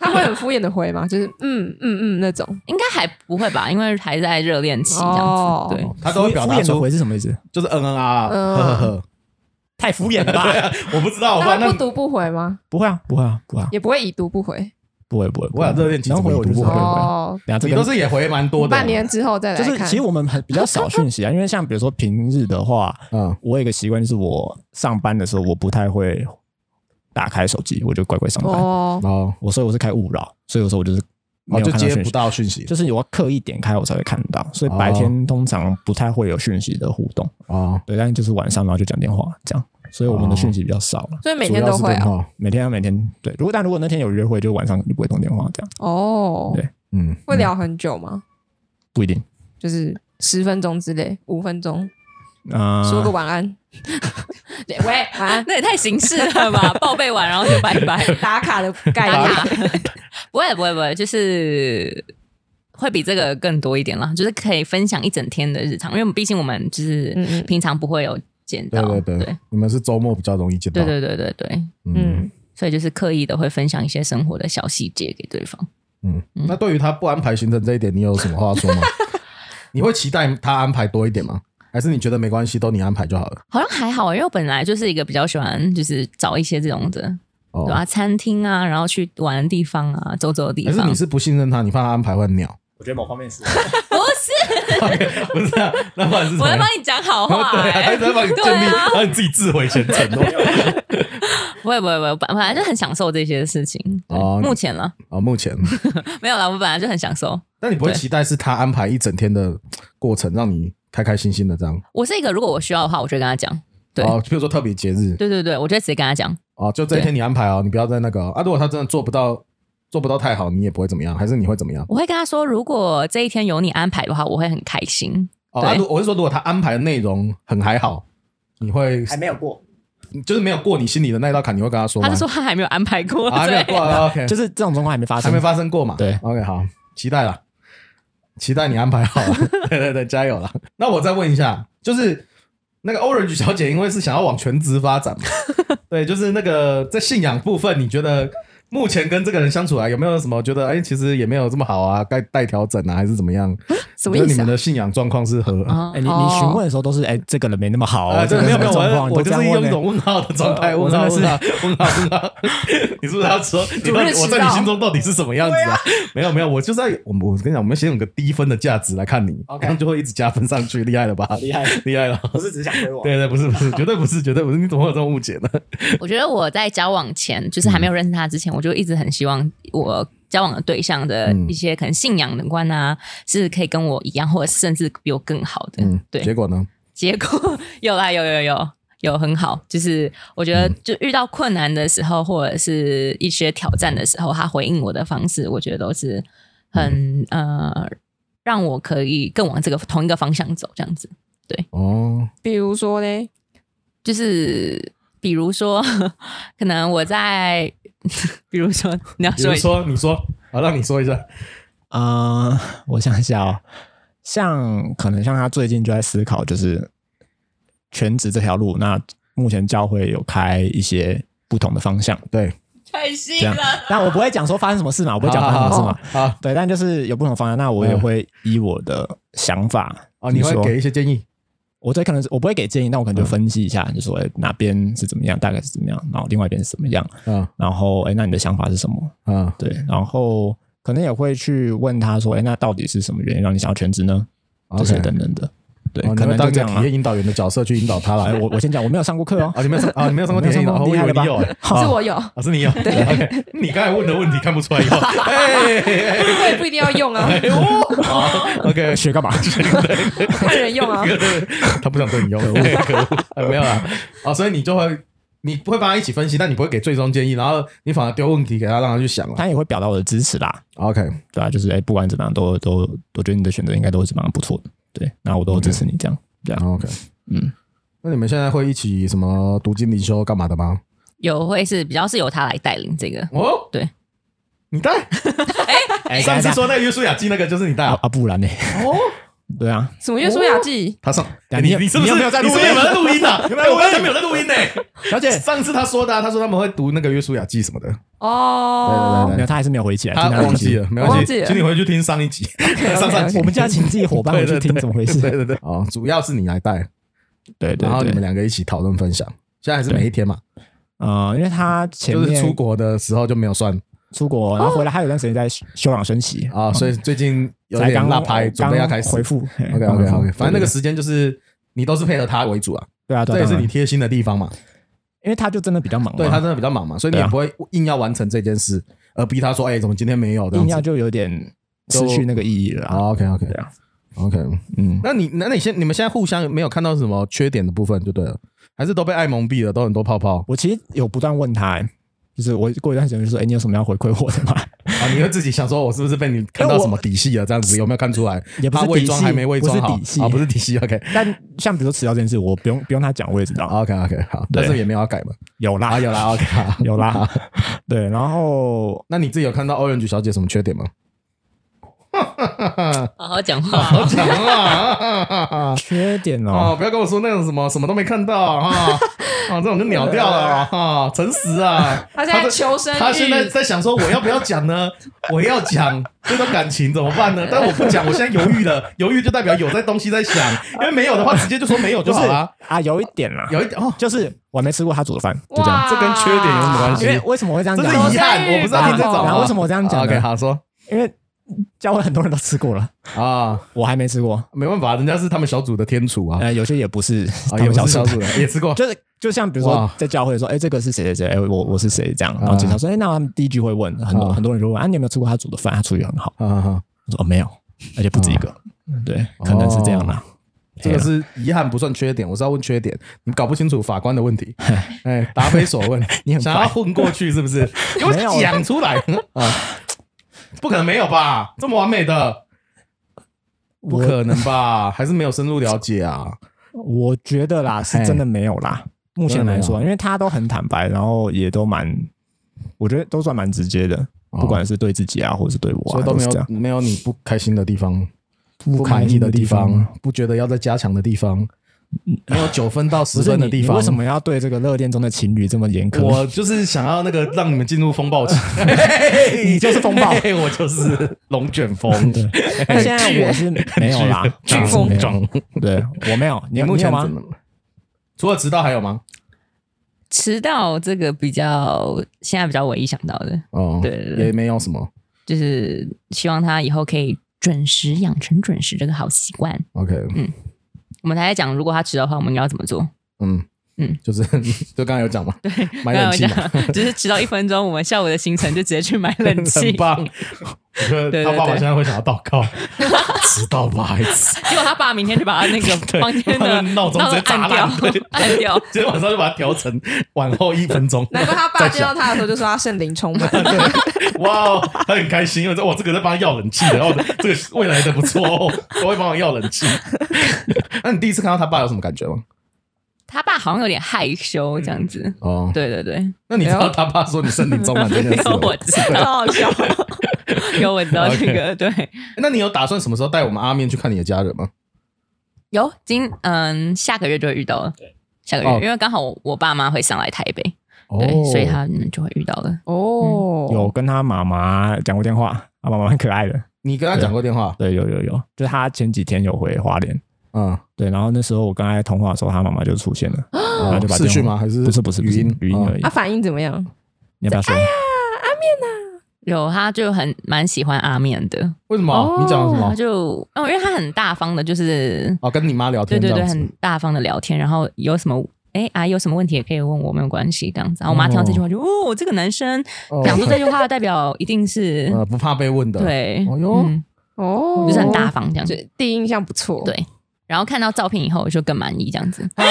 [SPEAKER 2] 他会很敷衍的回吗？就是嗯嗯嗯那种。
[SPEAKER 4] 应该还不会吧？因为还在热恋期这样子。
[SPEAKER 2] 哦
[SPEAKER 4] 对，
[SPEAKER 1] 他都会表达
[SPEAKER 3] 敷衍的
[SPEAKER 1] 出
[SPEAKER 3] 回是什么意思？
[SPEAKER 1] 就是嗯嗯啊啊，
[SPEAKER 2] 嗯
[SPEAKER 1] 呵呵呵。
[SPEAKER 3] 太敷衍了吧？
[SPEAKER 1] 我不知道，我
[SPEAKER 2] 那
[SPEAKER 1] 怕
[SPEAKER 2] 他
[SPEAKER 1] 那
[SPEAKER 2] 不读不回吗？
[SPEAKER 3] 不会啊，不会啊，不会啊，
[SPEAKER 2] 也不会已读不回。
[SPEAKER 3] 不会不会，不
[SPEAKER 1] 我
[SPEAKER 3] 会
[SPEAKER 1] 想热恋期
[SPEAKER 3] 能
[SPEAKER 1] 怎么
[SPEAKER 3] 回我就
[SPEAKER 1] 读
[SPEAKER 3] 是
[SPEAKER 1] 不
[SPEAKER 3] 回回。
[SPEAKER 1] 回
[SPEAKER 2] 哦，
[SPEAKER 3] 然后这
[SPEAKER 1] 你
[SPEAKER 3] 个
[SPEAKER 1] 都是也回蛮多的，
[SPEAKER 2] 半年之后再来
[SPEAKER 3] 就
[SPEAKER 2] 看。
[SPEAKER 3] 是其实我们很比较少讯息啊，因 为像比如说平日的话，
[SPEAKER 1] 嗯，
[SPEAKER 3] 我有一个习惯就是我上班的时候我不太会打开手机，我就乖乖上班。
[SPEAKER 2] 哦，
[SPEAKER 1] 哦，
[SPEAKER 3] 我所以我是开勿扰，所以有时候我就是没
[SPEAKER 1] 哦
[SPEAKER 3] 有
[SPEAKER 1] 就
[SPEAKER 3] 看到
[SPEAKER 1] 接
[SPEAKER 3] 讯
[SPEAKER 1] 不
[SPEAKER 3] 息，
[SPEAKER 1] 到哦讯息
[SPEAKER 3] 就是我要刻意点开我才会看到，所以白天通常不太会有讯息的互动，
[SPEAKER 1] 哦，
[SPEAKER 3] 对，但就是晚上然后就讲电话这样，所以我们的讯息比较少了。
[SPEAKER 2] 所以每天都会
[SPEAKER 1] 主要是
[SPEAKER 2] 啊。
[SPEAKER 1] 电话，
[SPEAKER 3] 每天啊，每天对，如果但如果那天有约会，就晚上就不会通电话，这样
[SPEAKER 2] 哦，
[SPEAKER 3] 对
[SPEAKER 1] 嗯，
[SPEAKER 2] 会聊很久吗？
[SPEAKER 3] 不一定。
[SPEAKER 2] 就是十分钟之内，五分钟，
[SPEAKER 3] 啊、
[SPEAKER 2] 说个晚安，
[SPEAKER 4] 对喂，
[SPEAKER 2] 晚安，
[SPEAKER 4] 那也太形式了 吧？报备完然后就拜拜。
[SPEAKER 2] 打卡的概
[SPEAKER 4] 打
[SPEAKER 2] 念
[SPEAKER 4] 卡。 不会不会不会，就是会比这个更多一点啦，就是可以分享一整天的日常，因为我们毕竟我们就是
[SPEAKER 2] 嗯嗯
[SPEAKER 4] 平常不会有见
[SPEAKER 1] 对
[SPEAKER 4] 到，
[SPEAKER 1] 对对，你们是周末比较容易见到，
[SPEAKER 4] 对对对对对
[SPEAKER 1] 嗯
[SPEAKER 2] 嗯，
[SPEAKER 4] 所以就是刻意的会分享一些生活的小细节给对方。
[SPEAKER 1] 嗯，那对于他不安排行程这一点，你有什么话说吗？你会期待他安排多一点吗？还是你觉得没关系，都你安排就好了？
[SPEAKER 4] 好像还好，因为我本来就是一个比较喜欢就是找一些这种的，
[SPEAKER 1] 哦
[SPEAKER 4] 对吧、餐厅啊，然后去玩的地方啊，走走的地
[SPEAKER 1] 还是
[SPEAKER 4] 方
[SPEAKER 1] 你。是不信任他，你怕他安排会鸟？
[SPEAKER 3] 我觉得某方面是，
[SPEAKER 4] 不是，
[SPEAKER 1] OK，不是啊，那不然是什
[SPEAKER 4] 我
[SPEAKER 1] 么
[SPEAKER 4] 在
[SPEAKER 1] 样
[SPEAKER 4] 帮你讲好 话、
[SPEAKER 1] 对啊，他
[SPEAKER 4] 欸
[SPEAKER 1] 一直。在帮你建立，
[SPEAKER 4] 对啊
[SPEAKER 1] 让你自己自毁前程 哦。
[SPEAKER 4] 不会不会不会，我本本来就很享受这些事情。对
[SPEAKER 1] 哦
[SPEAKER 4] 目前了
[SPEAKER 1] 啊，目前，
[SPEAKER 4] 没有啦，我本来就很享受。
[SPEAKER 1] 但你不会
[SPEAKER 4] 对
[SPEAKER 1] 期待是他安排一整天的过程，让你开开心心的这样。
[SPEAKER 4] 我是一个，如果我需要的话，我就会跟他讲。对
[SPEAKER 1] 哦，比如说特别节日，
[SPEAKER 4] 对对对，我就会直接跟他讲。
[SPEAKER 1] 哦，就这一天你安排哦，你不要再那个哦啊。如果他真的做不到，做不到太好，你也不会怎么样，还是你会怎么样？
[SPEAKER 4] 我会跟他说，如果这一天有你安排的话，我会很开心。
[SPEAKER 1] 哦，啊
[SPEAKER 4] 对
[SPEAKER 1] 如我是说，如果他安排的内容很还好，你会
[SPEAKER 3] 还没有过，
[SPEAKER 1] 就是没有过你心里的那一道坎，你会跟他说吗？
[SPEAKER 4] 他就说他还没有安排过，
[SPEAKER 1] 啊还没有过
[SPEAKER 4] 对，
[SPEAKER 1] 啊，OK，
[SPEAKER 3] 就是这种状况还没发
[SPEAKER 1] 还
[SPEAKER 3] 生，
[SPEAKER 1] 没发生过嘛？
[SPEAKER 3] 对
[SPEAKER 1] ，OK，好，期待了，期待你安排好 了，对对对，加油了。那我再问一下，就是那个 Orange 小姐，因为是想要往全职发展 嘛，对，就是那个在信仰部分，你觉得目前跟这个人相处来有没有什么觉得，哎，其实也没有这么好啊，该待调整啊，还是怎么样？
[SPEAKER 2] 什么
[SPEAKER 1] 你觉得
[SPEAKER 2] 意
[SPEAKER 1] 你
[SPEAKER 2] 思
[SPEAKER 1] 们
[SPEAKER 2] 啊？
[SPEAKER 1] 的信仰状况是和？
[SPEAKER 4] 啊
[SPEAKER 3] 哎、你你询问的时候都是哎、这个人没那么好、
[SPEAKER 1] 啊，
[SPEAKER 3] 这
[SPEAKER 1] 对，没有没有，我我就是用一
[SPEAKER 3] 一
[SPEAKER 1] 种
[SPEAKER 3] 种
[SPEAKER 1] 问号的状态，
[SPEAKER 3] 我
[SPEAKER 1] 问
[SPEAKER 3] 真
[SPEAKER 1] 号
[SPEAKER 3] 的
[SPEAKER 1] 问
[SPEAKER 3] 是
[SPEAKER 1] 号问号问号， 你是不是要说，你到底
[SPEAKER 2] 迟
[SPEAKER 1] 我在你
[SPEAKER 2] 到
[SPEAKER 1] 心中到底是什么样子啊？没有没有，我就是在我我跟你讲，我们先有个低分的价值来看你，这样就会一直加分上去，厉害了吧？
[SPEAKER 3] 厉害，
[SPEAKER 1] 厉害了。
[SPEAKER 3] 不是只想回我
[SPEAKER 1] 对对，不是不是，绝对不是，绝对不是，你怎么会有这种误解呢？
[SPEAKER 4] 哦我觉得我在交往前，就是还没有
[SPEAKER 1] 嗯
[SPEAKER 4] 认识他之前，我就一直很希望我交往的对象的
[SPEAKER 1] 嗯
[SPEAKER 4] 一些可能信仰的观啊，是可以跟我一样，或者甚至比我更好的。
[SPEAKER 1] 嗯，
[SPEAKER 4] 对，
[SPEAKER 1] 结果呢？
[SPEAKER 4] 结果 有啦，有有有有很好，就是我觉得就遇到困难的时候，或者是一些挑战的时候，他回应我的方式，我觉得都是很、呃，让我可以更往这个同一个方向走，这样子。
[SPEAKER 1] 哦，
[SPEAKER 2] 比如说呢？
[SPEAKER 4] 就是比如说，可能我在， 比如说你要
[SPEAKER 1] 比如
[SPEAKER 4] 说一下
[SPEAKER 1] 说你说，好，让你说一下。
[SPEAKER 3] 啊、我想一下哦，像可能像他最近就在思考，就是全职这条路。那目前教会有开一些不同的方向，
[SPEAKER 1] 对，
[SPEAKER 4] 太细
[SPEAKER 3] 这样，但我不会讲说发生什么事嘛，我不会讲发生什么事嘛。
[SPEAKER 1] 好
[SPEAKER 3] 对，但就是有不同的方向，那我也会依我的想法
[SPEAKER 1] 哦，你
[SPEAKER 3] 比如
[SPEAKER 1] 会
[SPEAKER 3] 说
[SPEAKER 1] 给一些嗯建议
[SPEAKER 3] 我这可能是我不会给建议，但我可能就分析一下，就说、哎哪边是怎么样，大概是怎么样，然后另外一边是怎么样，
[SPEAKER 1] 啊
[SPEAKER 3] 然后哎、那你的想法是什么？
[SPEAKER 1] 啊
[SPEAKER 3] 对，然后可能也会去问他说，哎、那到底是什么原因让你想要全职呢？这些
[SPEAKER 1] 哦，OK，
[SPEAKER 3] 等等的，对，
[SPEAKER 1] 哦你
[SPEAKER 3] 可
[SPEAKER 1] 会
[SPEAKER 3] 能
[SPEAKER 1] 当
[SPEAKER 3] 就
[SPEAKER 1] 一
[SPEAKER 3] 这
[SPEAKER 1] 个
[SPEAKER 3] 样
[SPEAKER 1] 体
[SPEAKER 3] 啊。
[SPEAKER 1] 验引导员的角色去引导他来
[SPEAKER 3] 哎，。我我先讲，我没有上过课哦
[SPEAKER 1] 啊，，你没有上啊，你没有上过
[SPEAKER 3] 我没有
[SPEAKER 1] 田径
[SPEAKER 3] 上
[SPEAKER 1] 的，
[SPEAKER 3] 过
[SPEAKER 1] 我以
[SPEAKER 3] 厉害了
[SPEAKER 1] 为你
[SPEAKER 3] 吧
[SPEAKER 1] 有欸，
[SPEAKER 2] 是我有，
[SPEAKER 1] 啊，是你有。OK，你刚才问的问题看不出来有。哎哎
[SPEAKER 2] 我也不一定要用啊，
[SPEAKER 1] 哎哦好，OK，
[SPEAKER 3] 学干嘛？
[SPEAKER 2] 看人用啊。
[SPEAKER 1] 他不想对你用， 可恶，哎没有啦。哦，所以你就会，你不会帮他一起分析，但你不会给最终建议，然后你反而丢问题给他，让他去想了。
[SPEAKER 3] 他也会表达我的支持啦，
[SPEAKER 1] OK，
[SPEAKER 3] 对啊，就是哎、不管怎么样，都都我觉得你的选择应该都是蛮不错的，对，那我都支持你这样，这样，
[SPEAKER 1] OK，
[SPEAKER 3] 嗯，
[SPEAKER 1] 那你们现在会一起什么读经灵修干嘛的吗？
[SPEAKER 4] 有会是比较是由他来带领这个，
[SPEAKER 1] 哦，
[SPEAKER 4] 对，
[SPEAKER 1] 你带。
[SPEAKER 3] 哎
[SPEAKER 1] 上
[SPEAKER 3] 等一
[SPEAKER 1] 次
[SPEAKER 3] 下哎
[SPEAKER 1] 说那个约书亚记那个就是你带
[SPEAKER 3] 啊
[SPEAKER 1] 啊？
[SPEAKER 3] 啊，不然呢？
[SPEAKER 1] 哦，
[SPEAKER 3] 对啊，
[SPEAKER 2] 什么约书亚记？
[SPEAKER 1] 他上，
[SPEAKER 3] 哎
[SPEAKER 1] 你
[SPEAKER 3] 你
[SPEAKER 1] 你是不是
[SPEAKER 3] 你有没有在录音
[SPEAKER 1] 你是不是有没有在录音啊？
[SPEAKER 3] 没有
[SPEAKER 1] 我刚才没有在录音呢。
[SPEAKER 3] 小姐，
[SPEAKER 1] 上次他说的啊，他说他们会读那个约书亚记什么的，
[SPEAKER 2] 哦，
[SPEAKER 1] 对
[SPEAKER 3] 没有，他还是没有回起来，
[SPEAKER 1] 嗯他
[SPEAKER 3] 听到
[SPEAKER 1] 忘
[SPEAKER 3] 一集
[SPEAKER 1] 记了，没
[SPEAKER 2] 忘
[SPEAKER 1] 关
[SPEAKER 2] 记
[SPEAKER 1] 系，
[SPEAKER 2] 了
[SPEAKER 1] 请你回去听上一集、
[SPEAKER 2] OK，OK，OK
[SPEAKER 1] 上上集。
[SPEAKER 3] 我们就要请自己伙伴回去听怎么回事。
[SPEAKER 1] 对对对，哦，主要是你来带，
[SPEAKER 3] 对对
[SPEAKER 1] 然后你们
[SPEAKER 3] 对，
[SPEAKER 1] 两个一起讨论分享。现在还是每一天嘛，
[SPEAKER 3] 呃，因为他前
[SPEAKER 1] 就是
[SPEAKER 3] 面
[SPEAKER 1] 出国的时候就没有算
[SPEAKER 3] 出国，然后回来，他有段时间在休休养生息，
[SPEAKER 1] 啊，所以最近有
[SPEAKER 3] 才
[SPEAKER 1] 点
[SPEAKER 3] 刚
[SPEAKER 1] 落拍，准备要开始
[SPEAKER 3] 刚回复。
[SPEAKER 1] OK
[SPEAKER 3] ，OK
[SPEAKER 1] OK OK，反正那个时间就是你都是配合他为主啊，
[SPEAKER 3] 对啊，对
[SPEAKER 1] 这
[SPEAKER 3] 啊
[SPEAKER 1] 也是，
[SPEAKER 3] 当
[SPEAKER 1] 你
[SPEAKER 3] 然
[SPEAKER 1] 贴心的地方嘛。
[SPEAKER 3] 因为他就真的比较忙嘛，
[SPEAKER 1] 对他真的比较忙嘛，所以你
[SPEAKER 3] 对啊
[SPEAKER 1] 也不会硬要完成这件事，而逼他说：“哎，怎么今天没有？”这
[SPEAKER 3] 硬要
[SPEAKER 1] 样子。
[SPEAKER 3] 就有点失去那个意义了啊。
[SPEAKER 1] OK OK
[SPEAKER 3] 对啊，
[SPEAKER 1] OK，
[SPEAKER 3] 嗯，
[SPEAKER 1] 那你那那你现你们现在互相没有看到什么缺点的部分就对了，还是都被爱蒙蔽了，都很多泡 泡
[SPEAKER 3] 我其实有不断问他、欸就是我过一段时间就说，哎、你有什么要回馈我的吗？
[SPEAKER 1] 啊？你会自己想说，我是不是被你看到什么底细了？这样子有没有看出来？
[SPEAKER 3] 也不是
[SPEAKER 1] 他伪
[SPEAKER 3] 底
[SPEAKER 1] 装
[SPEAKER 3] 细
[SPEAKER 1] 还没伪装好
[SPEAKER 3] 不是底细
[SPEAKER 1] 啊，不是底细。OK
[SPEAKER 3] 但像比如说迟到这件事，我不用不用他讲，我也知道
[SPEAKER 1] OK OK 好，但是也没有要改嘛。
[SPEAKER 3] 有啦、
[SPEAKER 1] 啊，有啦啊 OK 好。
[SPEAKER 3] 有啦，对，然后
[SPEAKER 1] 那你自己有看到欧人局小姐什么缺点吗？
[SPEAKER 4] 好好讲话。
[SPEAKER 1] 讲啊！
[SPEAKER 3] 缺点哦、
[SPEAKER 1] 哦，不要跟我说那种什么什么都没看到啊！ 啊，这种就鸟掉了啊！诚实啊！
[SPEAKER 2] 他现在求生欲
[SPEAKER 1] 他现在在想说，我要不要讲 呢？我要讲这段感情怎么办呢？但我不讲，我现在犹豫了，犹豫就代表有在东西在想，因为没有的话，直接就说没有就
[SPEAKER 3] 就是
[SPEAKER 1] 好了。
[SPEAKER 3] 啊，有一点啦，
[SPEAKER 1] 有一点 哦，
[SPEAKER 3] 就是我还没吃过他煮的饭，就这样。
[SPEAKER 2] 哇，
[SPEAKER 1] 这跟缺点有什么关系
[SPEAKER 3] 因为为什么我会这样
[SPEAKER 1] 这
[SPEAKER 3] 讲
[SPEAKER 1] 是
[SPEAKER 3] 呢？
[SPEAKER 1] 遗憾，我不知道听这种啊。
[SPEAKER 3] 然后为什么我这样讲呢
[SPEAKER 1] OK，好 说
[SPEAKER 3] 因为教会很多人都吃过了，
[SPEAKER 1] 啊，
[SPEAKER 3] 我还没吃过。
[SPEAKER 1] 没办法，人家是他们小组的天厨啊，
[SPEAKER 3] 呃，有些也不是 他
[SPEAKER 1] 啊，也
[SPEAKER 3] 们
[SPEAKER 1] 不
[SPEAKER 3] 小
[SPEAKER 1] 是
[SPEAKER 3] 组
[SPEAKER 1] 小
[SPEAKER 3] 的，
[SPEAKER 1] 组的，也吃 过。
[SPEAKER 3] 就是就像比如说
[SPEAKER 1] 哇嗯
[SPEAKER 3] 在教会说，哎、这个是谁谁谁，哎、我我是谁这样，然后警察说，哎、那他们第一句会问，很多、
[SPEAKER 1] 啊
[SPEAKER 3] 很多人就问，啊，你有没有吃过他煮的饭？他处理很好。
[SPEAKER 1] 啊啊啊！
[SPEAKER 3] 我说哦，没有，而且不止一个，对，可能是这样啦。
[SPEAKER 1] 哦嗯这
[SPEAKER 3] 哎
[SPEAKER 1] 个是遗憾，不算缺点。我是要问缺点，你搞不清楚法官的 问题，哎，答非所问。
[SPEAKER 3] 你很
[SPEAKER 1] 想要混过去是 不是？给我
[SPEAKER 3] 没有
[SPEAKER 1] 讲出 来啊！不可能没有吧？这么完美的，不
[SPEAKER 3] 我
[SPEAKER 1] 可能吧？还是没有深入了解啊？
[SPEAKER 3] 我觉得啦，是真的没有啦。目前来说，因为他都很坦白，然后也都蛮，我觉得都算蛮直接的，
[SPEAKER 1] 哦
[SPEAKER 3] 不管是对自己啊，或者是对我、啊，
[SPEAKER 1] 所以都
[SPEAKER 3] 都
[SPEAKER 1] 没
[SPEAKER 3] 是这
[SPEAKER 1] 有
[SPEAKER 3] 样。
[SPEAKER 1] 没有你不开心的地方，
[SPEAKER 3] 不
[SPEAKER 1] 不满
[SPEAKER 3] 开
[SPEAKER 1] 意
[SPEAKER 3] 心
[SPEAKER 1] 的地
[SPEAKER 3] 地嗯
[SPEAKER 1] 方，不觉得要再加强的地方，没有九分到十
[SPEAKER 3] 不是
[SPEAKER 1] 分的
[SPEAKER 3] 你，
[SPEAKER 1] 地
[SPEAKER 3] 你
[SPEAKER 1] 方，
[SPEAKER 3] 为什？么要对这个热恋中的情侣这么严苛？
[SPEAKER 1] 我就是想要那个让你们进入风暴期，
[SPEAKER 3] 你就是风暴
[SPEAKER 1] 嘿嘿我就是龙卷风。
[SPEAKER 3] 对，但现在我是哎没有 啦，
[SPEAKER 1] 飓
[SPEAKER 3] 我是没有
[SPEAKER 1] 风中。
[SPEAKER 3] 对我没有，你
[SPEAKER 1] 你
[SPEAKER 3] 有
[SPEAKER 1] 目
[SPEAKER 3] 你
[SPEAKER 1] 前
[SPEAKER 3] 有
[SPEAKER 1] 怎
[SPEAKER 3] 吗？
[SPEAKER 1] 么了？除了迟到还有吗？
[SPEAKER 4] 迟到这个比较现在比较唯一想到的，
[SPEAKER 1] 哦，
[SPEAKER 4] 对对对
[SPEAKER 1] 也没有什么。
[SPEAKER 4] 就是希望他以后可以准时养成准时这个好习惯。
[SPEAKER 1] OK，
[SPEAKER 4] 我们才在讲，如果他迟到的话，我们应该要怎么做？
[SPEAKER 1] 嗯
[SPEAKER 4] 嗯，
[SPEAKER 1] 就是就刚才有讲嘛，买冷气
[SPEAKER 4] 刚
[SPEAKER 1] 嘛，
[SPEAKER 4] 刚有讲，就是迟到一分钟，我们下午的行程就直接去买冷气。
[SPEAKER 1] 很棒。我觉得
[SPEAKER 4] 对
[SPEAKER 1] 他爸爸
[SPEAKER 4] 对
[SPEAKER 1] 现在会想要祷告， 迟到吧，孩子，
[SPEAKER 4] 结果他爸明天就把他那个
[SPEAKER 1] 对
[SPEAKER 4] 房间
[SPEAKER 1] 他
[SPEAKER 4] 的
[SPEAKER 1] 的闹钟直接砸
[SPEAKER 4] 按掉
[SPEAKER 1] 烂对，
[SPEAKER 4] 按掉。
[SPEAKER 1] 今天晚上就把它调成往后一分 钟。
[SPEAKER 2] 难怪他爸
[SPEAKER 1] 再
[SPEAKER 2] 见到
[SPEAKER 1] 想
[SPEAKER 2] 他的时候就说他圣灵充满。
[SPEAKER 1] 哇哦，他很开心，因为这哇，这个在帮他要冷气的，然后这个未来的不错哦，都会帮我要冷气。 那你第一次看到他爸有什么感觉吗？
[SPEAKER 4] 他爸好像有点害羞这样子。
[SPEAKER 1] 哦，
[SPEAKER 4] 对对对，
[SPEAKER 1] 那你知道他爸说你身体充满这件 事
[SPEAKER 4] 有
[SPEAKER 1] 吗？
[SPEAKER 4] 我知
[SPEAKER 2] 超
[SPEAKER 4] 道，
[SPEAKER 2] 好 笑，
[SPEAKER 4] 有我知道这个。对，
[SPEAKER 1] 那你有打算什么时候带我们阿面去看你的家人吗？
[SPEAKER 4] 有今嗯下个月就会遇到了。下个月
[SPEAKER 1] 哦，
[SPEAKER 4] 因为刚好我我爸妈会上来台北，对，所以他们就会遇到了。
[SPEAKER 2] 哦，
[SPEAKER 3] 嗯有跟他妈妈讲过电话，他妈妈很可爱的。
[SPEAKER 1] 你跟他讲过电话，
[SPEAKER 3] 对，有有有，就是他前几天有回花莲，
[SPEAKER 1] 嗯，
[SPEAKER 3] 对，然后那时候我跟他通话的时候，他妈妈就出现了，然后就把
[SPEAKER 1] 视
[SPEAKER 3] 电
[SPEAKER 1] 哦讯
[SPEAKER 3] 话
[SPEAKER 1] 吗？还是
[SPEAKER 3] 不是不是不
[SPEAKER 1] 语
[SPEAKER 3] 是
[SPEAKER 1] 音哦啊
[SPEAKER 3] 语音而已
[SPEAKER 2] 他。反应怎么样？
[SPEAKER 3] 你要不要说？
[SPEAKER 4] 有，他就很蛮喜欢阿面的，
[SPEAKER 1] 为什
[SPEAKER 2] 哦
[SPEAKER 1] 么？你讲了什
[SPEAKER 4] 他
[SPEAKER 1] 么？
[SPEAKER 4] 就哦，因为他很大方的，就是
[SPEAKER 1] 哦，跟你妈聊
[SPEAKER 4] 对
[SPEAKER 1] 天这
[SPEAKER 4] 对对，
[SPEAKER 1] 样子
[SPEAKER 4] 很。大方的聊天，然后有什么。哎，阿姨有什么问题也可以问我，没有关系，这样子。然后我妈听到这句话就，哦，这个男生
[SPEAKER 1] 哦
[SPEAKER 4] 讲出这句话的代表一定是
[SPEAKER 1] 呃，不怕被问的。，
[SPEAKER 4] 对，
[SPEAKER 1] 哦哟
[SPEAKER 4] 嗯
[SPEAKER 2] 哦，
[SPEAKER 4] 就是很大，方这样
[SPEAKER 2] 就
[SPEAKER 4] 子。
[SPEAKER 2] 第一印象不错。
[SPEAKER 4] 对然后看到照片以后，我就更满意这样子。
[SPEAKER 1] 啊，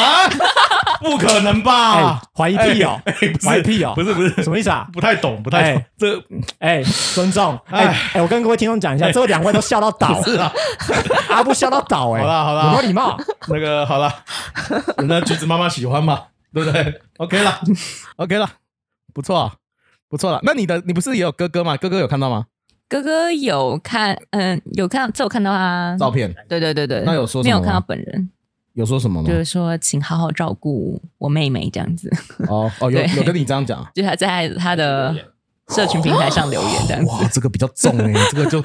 [SPEAKER 1] 不可能吧
[SPEAKER 3] 哎？，怀疑屁哦
[SPEAKER 1] 哎哎不，是
[SPEAKER 3] 怀疑屁哦，
[SPEAKER 1] 不是不是
[SPEAKER 3] 什么意思啊？
[SPEAKER 1] 不太懂，不太懂
[SPEAKER 3] 哎。
[SPEAKER 1] 这
[SPEAKER 3] 哎，尊重，哎
[SPEAKER 1] 哎
[SPEAKER 3] 哎，我跟各位听众讲一下，这两位都笑到倒，
[SPEAKER 1] 是啊，
[SPEAKER 3] 阿布笑到倒，哎，
[SPEAKER 1] 好啦好啦
[SPEAKER 3] 有没有礼貌？
[SPEAKER 1] 那个好了，人家橘子妈妈喜欢嘛，对不对？OK 了，OK 了，不错啊，不错了。那你的你不是也有哥哥吗？哥哥有看到吗？
[SPEAKER 4] 哥哥有看，嗯，有看，这有看到他
[SPEAKER 1] 照，片
[SPEAKER 4] 对对对对，
[SPEAKER 1] 那有说什
[SPEAKER 4] 没
[SPEAKER 1] 么吗
[SPEAKER 4] 有看到本人，
[SPEAKER 1] 有说什么
[SPEAKER 4] 就
[SPEAKER 1] 吗
[SPEAKER 4] 是？说请好好照顾我妹妹这样子，
[SPEAKER 1] 哦哦，有
[SPEAKER 4] 对
[SPEAKER 1] 有跟你这样讲啊。
[SPEAKER 4] 就他在他的社群平台上留言这样 子，
[SPEAKER 1] 哇，这个比较重 哎、这个就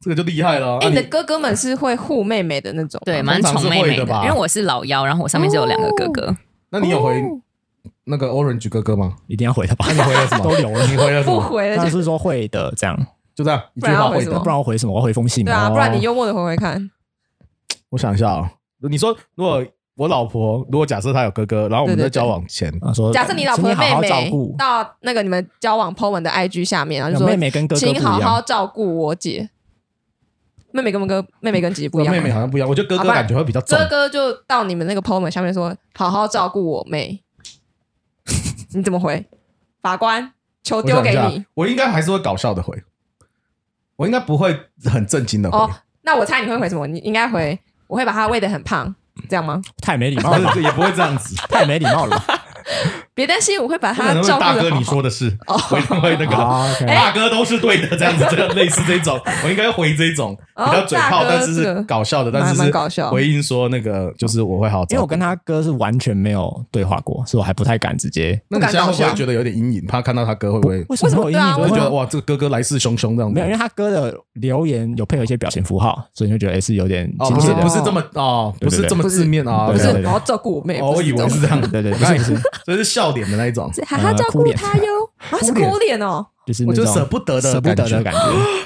[SPEAKER 1] 这个就厉害了啊。
[SPEAKER 2] 哎，你的
[SPEAKER 1] 啊
[SPEAKER 2] 哥哥们是会护妹妹的那种吗，
[SPEAKER 4] 对，
[SPEAKER 1] 通
[SPEAKER 4] 蛮
[SPEAKER 1] 常是
[SPEAKER 4] 宠妹
[SPEAKER 1] 会
[SPEAKER 4] 妹
[SPEAKER 1] 的吧
[SPEAKER 4] 因为我是老幺，然后我上面是有两个哥哥，
[SPEAKER 1] 那你有回
[SPEAKER 2] 哦
[SPEAKER 1] 那个 Orange 哥哥吗？
[SPEAKER 3] 一定要回的吧
[SPEAKER 1] 那？你回了什么？
[SPEAKER 3] 都留了
[SPEAKER 1] 你回了什
[SPEAKER 2] 不
[SPEAKER 1] 么？
[SPEAKER 2] 回了
[SPEAKER 3] 他
[SPEAKER 2] 就。
[SPEAKER 3] 是说会的，这样，
[SPEAKER 1] 就这样一
[SPEAKER 2] 不
[SPEAKER 1] 句
[SPEAKER 2] 然
[SPEAKER 1] 话
[SPEAKER 2] 要回
[SPEAKER 1] 会
[SPEAKER 2] 什么
[SPEAKER 1] 的
[SPEAKER 3] 那。不然我回什么？我要回封信吗
[SPEAKER 2] 对啊，不然你
[SPEAKER 3] 哦
[SPEAKER 2] 幽默的回回看，
[SPEAKER 1] 我想一下哦，你说如果我老婆，如果假设她有哥哥，然后我们
[SPEAKER 2] 对对
[SPEAKER 1] 在
[SPEAKER 2] 对
[SPEAKER 1] 交往前，
[SPEAKER 3] 啊说，
[SPEAKER 2] 假设你老婆的
[SPEAKER 3] 请你
[SPEAKER 2] 妹
[SPEAKER 3] 好好照
[SPEAKER 2] 妹
[SPEAKER 3] 顾，
[SPEAKER 2] 到那个你们交往 po 文的 IG 下面，然后就说
[SPEAKER 3] 妹妹跟哥哥不一
[SPEAKER 2] 请好好
[SPEAKER 3] 样，
[SPEAKER 2] 照顾我姐。妹妹跟哥妹妹跟姐姐不一样
[SPEAKER 1] 哦妹
[SPEAKER 2] 嘛，
[SPEAKER 1] 妹好像不一样，我觉得哥
[SPEAKER 2] 好
[SPEAKER 1] 哥
[SPEAKER 2] 吧
[SPEAKER 1] 感觉会比较重。
[SPEAKER 2] 哥哥就到你们那个 po 文下面说好好照顾我妹， 你怎么回？法官，球
[SPEAKER 1] 我
[SPEAKER 2] 丢
[SPEAKER 1] 想一
[SPEAKER 2] 给
[SPEAKER 1] 下
[SPEAKER 2] 你，
[SPEAKER 1] 我应该还是会搞笑的回，我应该不会很震惊的回
[SPEAKER 2] 哦，，那我猜你会回什么？你应该回我会把她喂得很胖，这样吗？
[SPEAKER 3] 太没礼貌
[SPEAKER 1] 但
[SPEAKER 3] 了吧，
[SPEAKER 1] 是也不会这 样子。
[SPEAKER 3] 太没礼貌了吧。
[SPEAKER 2] 别担心，我会把
[SPEAKER 1] 我可
[SPEAKER 2] 她
[SPEAKER 1] 能会
[SPEAKER 2] 照顾
[SPEAKER 1] 大
[SPEAKER 2] 得
[SPEAKER 1] 哥
[SPEAKER 2] 好
[SPEAKER 1] 你
[SPEAKER 2] 好。
[SPEAKER 1] 说的是，
[SPEAKER 2] 哦
[SPEAKER 1] 我一定会那 个。
[SPEAKER 3] 好，OK
[SPEAKER 1] 大哥都是对的，这样子，这个类似这种，我应该回这种
[SPEAKER 2] 哦
[SPEAKER 1] 比较嘴
[SPEAKER 2] 大
[SPEAKER 1] 炮，
[SPEAKER 2] 哥
[SPEAKER 1] 但是
[SPEAKER 2] 这个
[SPEAKER 1] 是搞笑的，但
[SPEAKER 2] 蛮
[SPEAKER 1] 是
[SPEAKER 2] 蛮
[SPEAKER 1] 是
[SPEAKER 2] 搞笑
[SPEAKER 1] 回应说那个就是我会好好照顾，
[SPEAKER 3] 因为我跟他哥是完全没有对话过，所以我还不太敢直接。
[SPEAKER 1] 那你现在会不会觉得有点阴影？怕看到他哥会不会
[SPEAKER 3] 为
[SPEAKER 2] 什么
[SPEAKER 3] 会有
[SPEAKER 2] 对啊
[SPEAKER 3] 阴影
[SPEAKER 2] 为
[SPEAKER 1] 我会
[SPEAKER 2] 什
[SPEAKER 1] 觉
[SPEAKER 2] 么
[SPEAKER 1] 得哇，这个哥哥来势汹汹这样子，
[SPEAKER 3] 没有，因为他哥的留言有配合一些表情符号，所以你就觉得诶是有点
[SPEAKER 1] 哦，
[SPEAKER 3] 亲
[SPEAKER 1] 不
[SPEAKER 3] 切
[SPEAKER 1] 是
[SPEAKER 3] 的。
[SPEAKER 1] 不是这么哦，不是这么字面啊，
[SPEAKER 3] 对
[SPEAKER 2] 不
[SPEAKER 3] 对对
[SPEAKER 2] 是，
[SPEAKER 3] 对
[SPEAKER 2] 我要照顾我妹。
[SPEAKER 1] 哦，我以为是这样，
[SPEAKER 3] 对对，不
[SPEAKER 1] 我刚
[SPEAKER 3] 是
[SPEAKER 1] 才
[SPEAKER 3] 不是，
[SPEAKER 1] 所以是笑点的那一种，
[SPEAKER 2] 是好好照
[SPEAKER 3] 呃哭
[SPEAKER 2] 顾
[SPEAKER 3] 脸
[SPEAKER 2] 她哟，啊是哭脸哦，
[SPEAKER 3] 就是
[SPEAKER 1] 我
[SPEAKER 3] 那
[SPEAKER 1] 就
[SPEAKER 3] 种
[SPEAKER 1] 舍不得的
[SPEAKER 3] 舍不得的感
[SPEAKER 1] 感
[SPEAKER 3] 觉。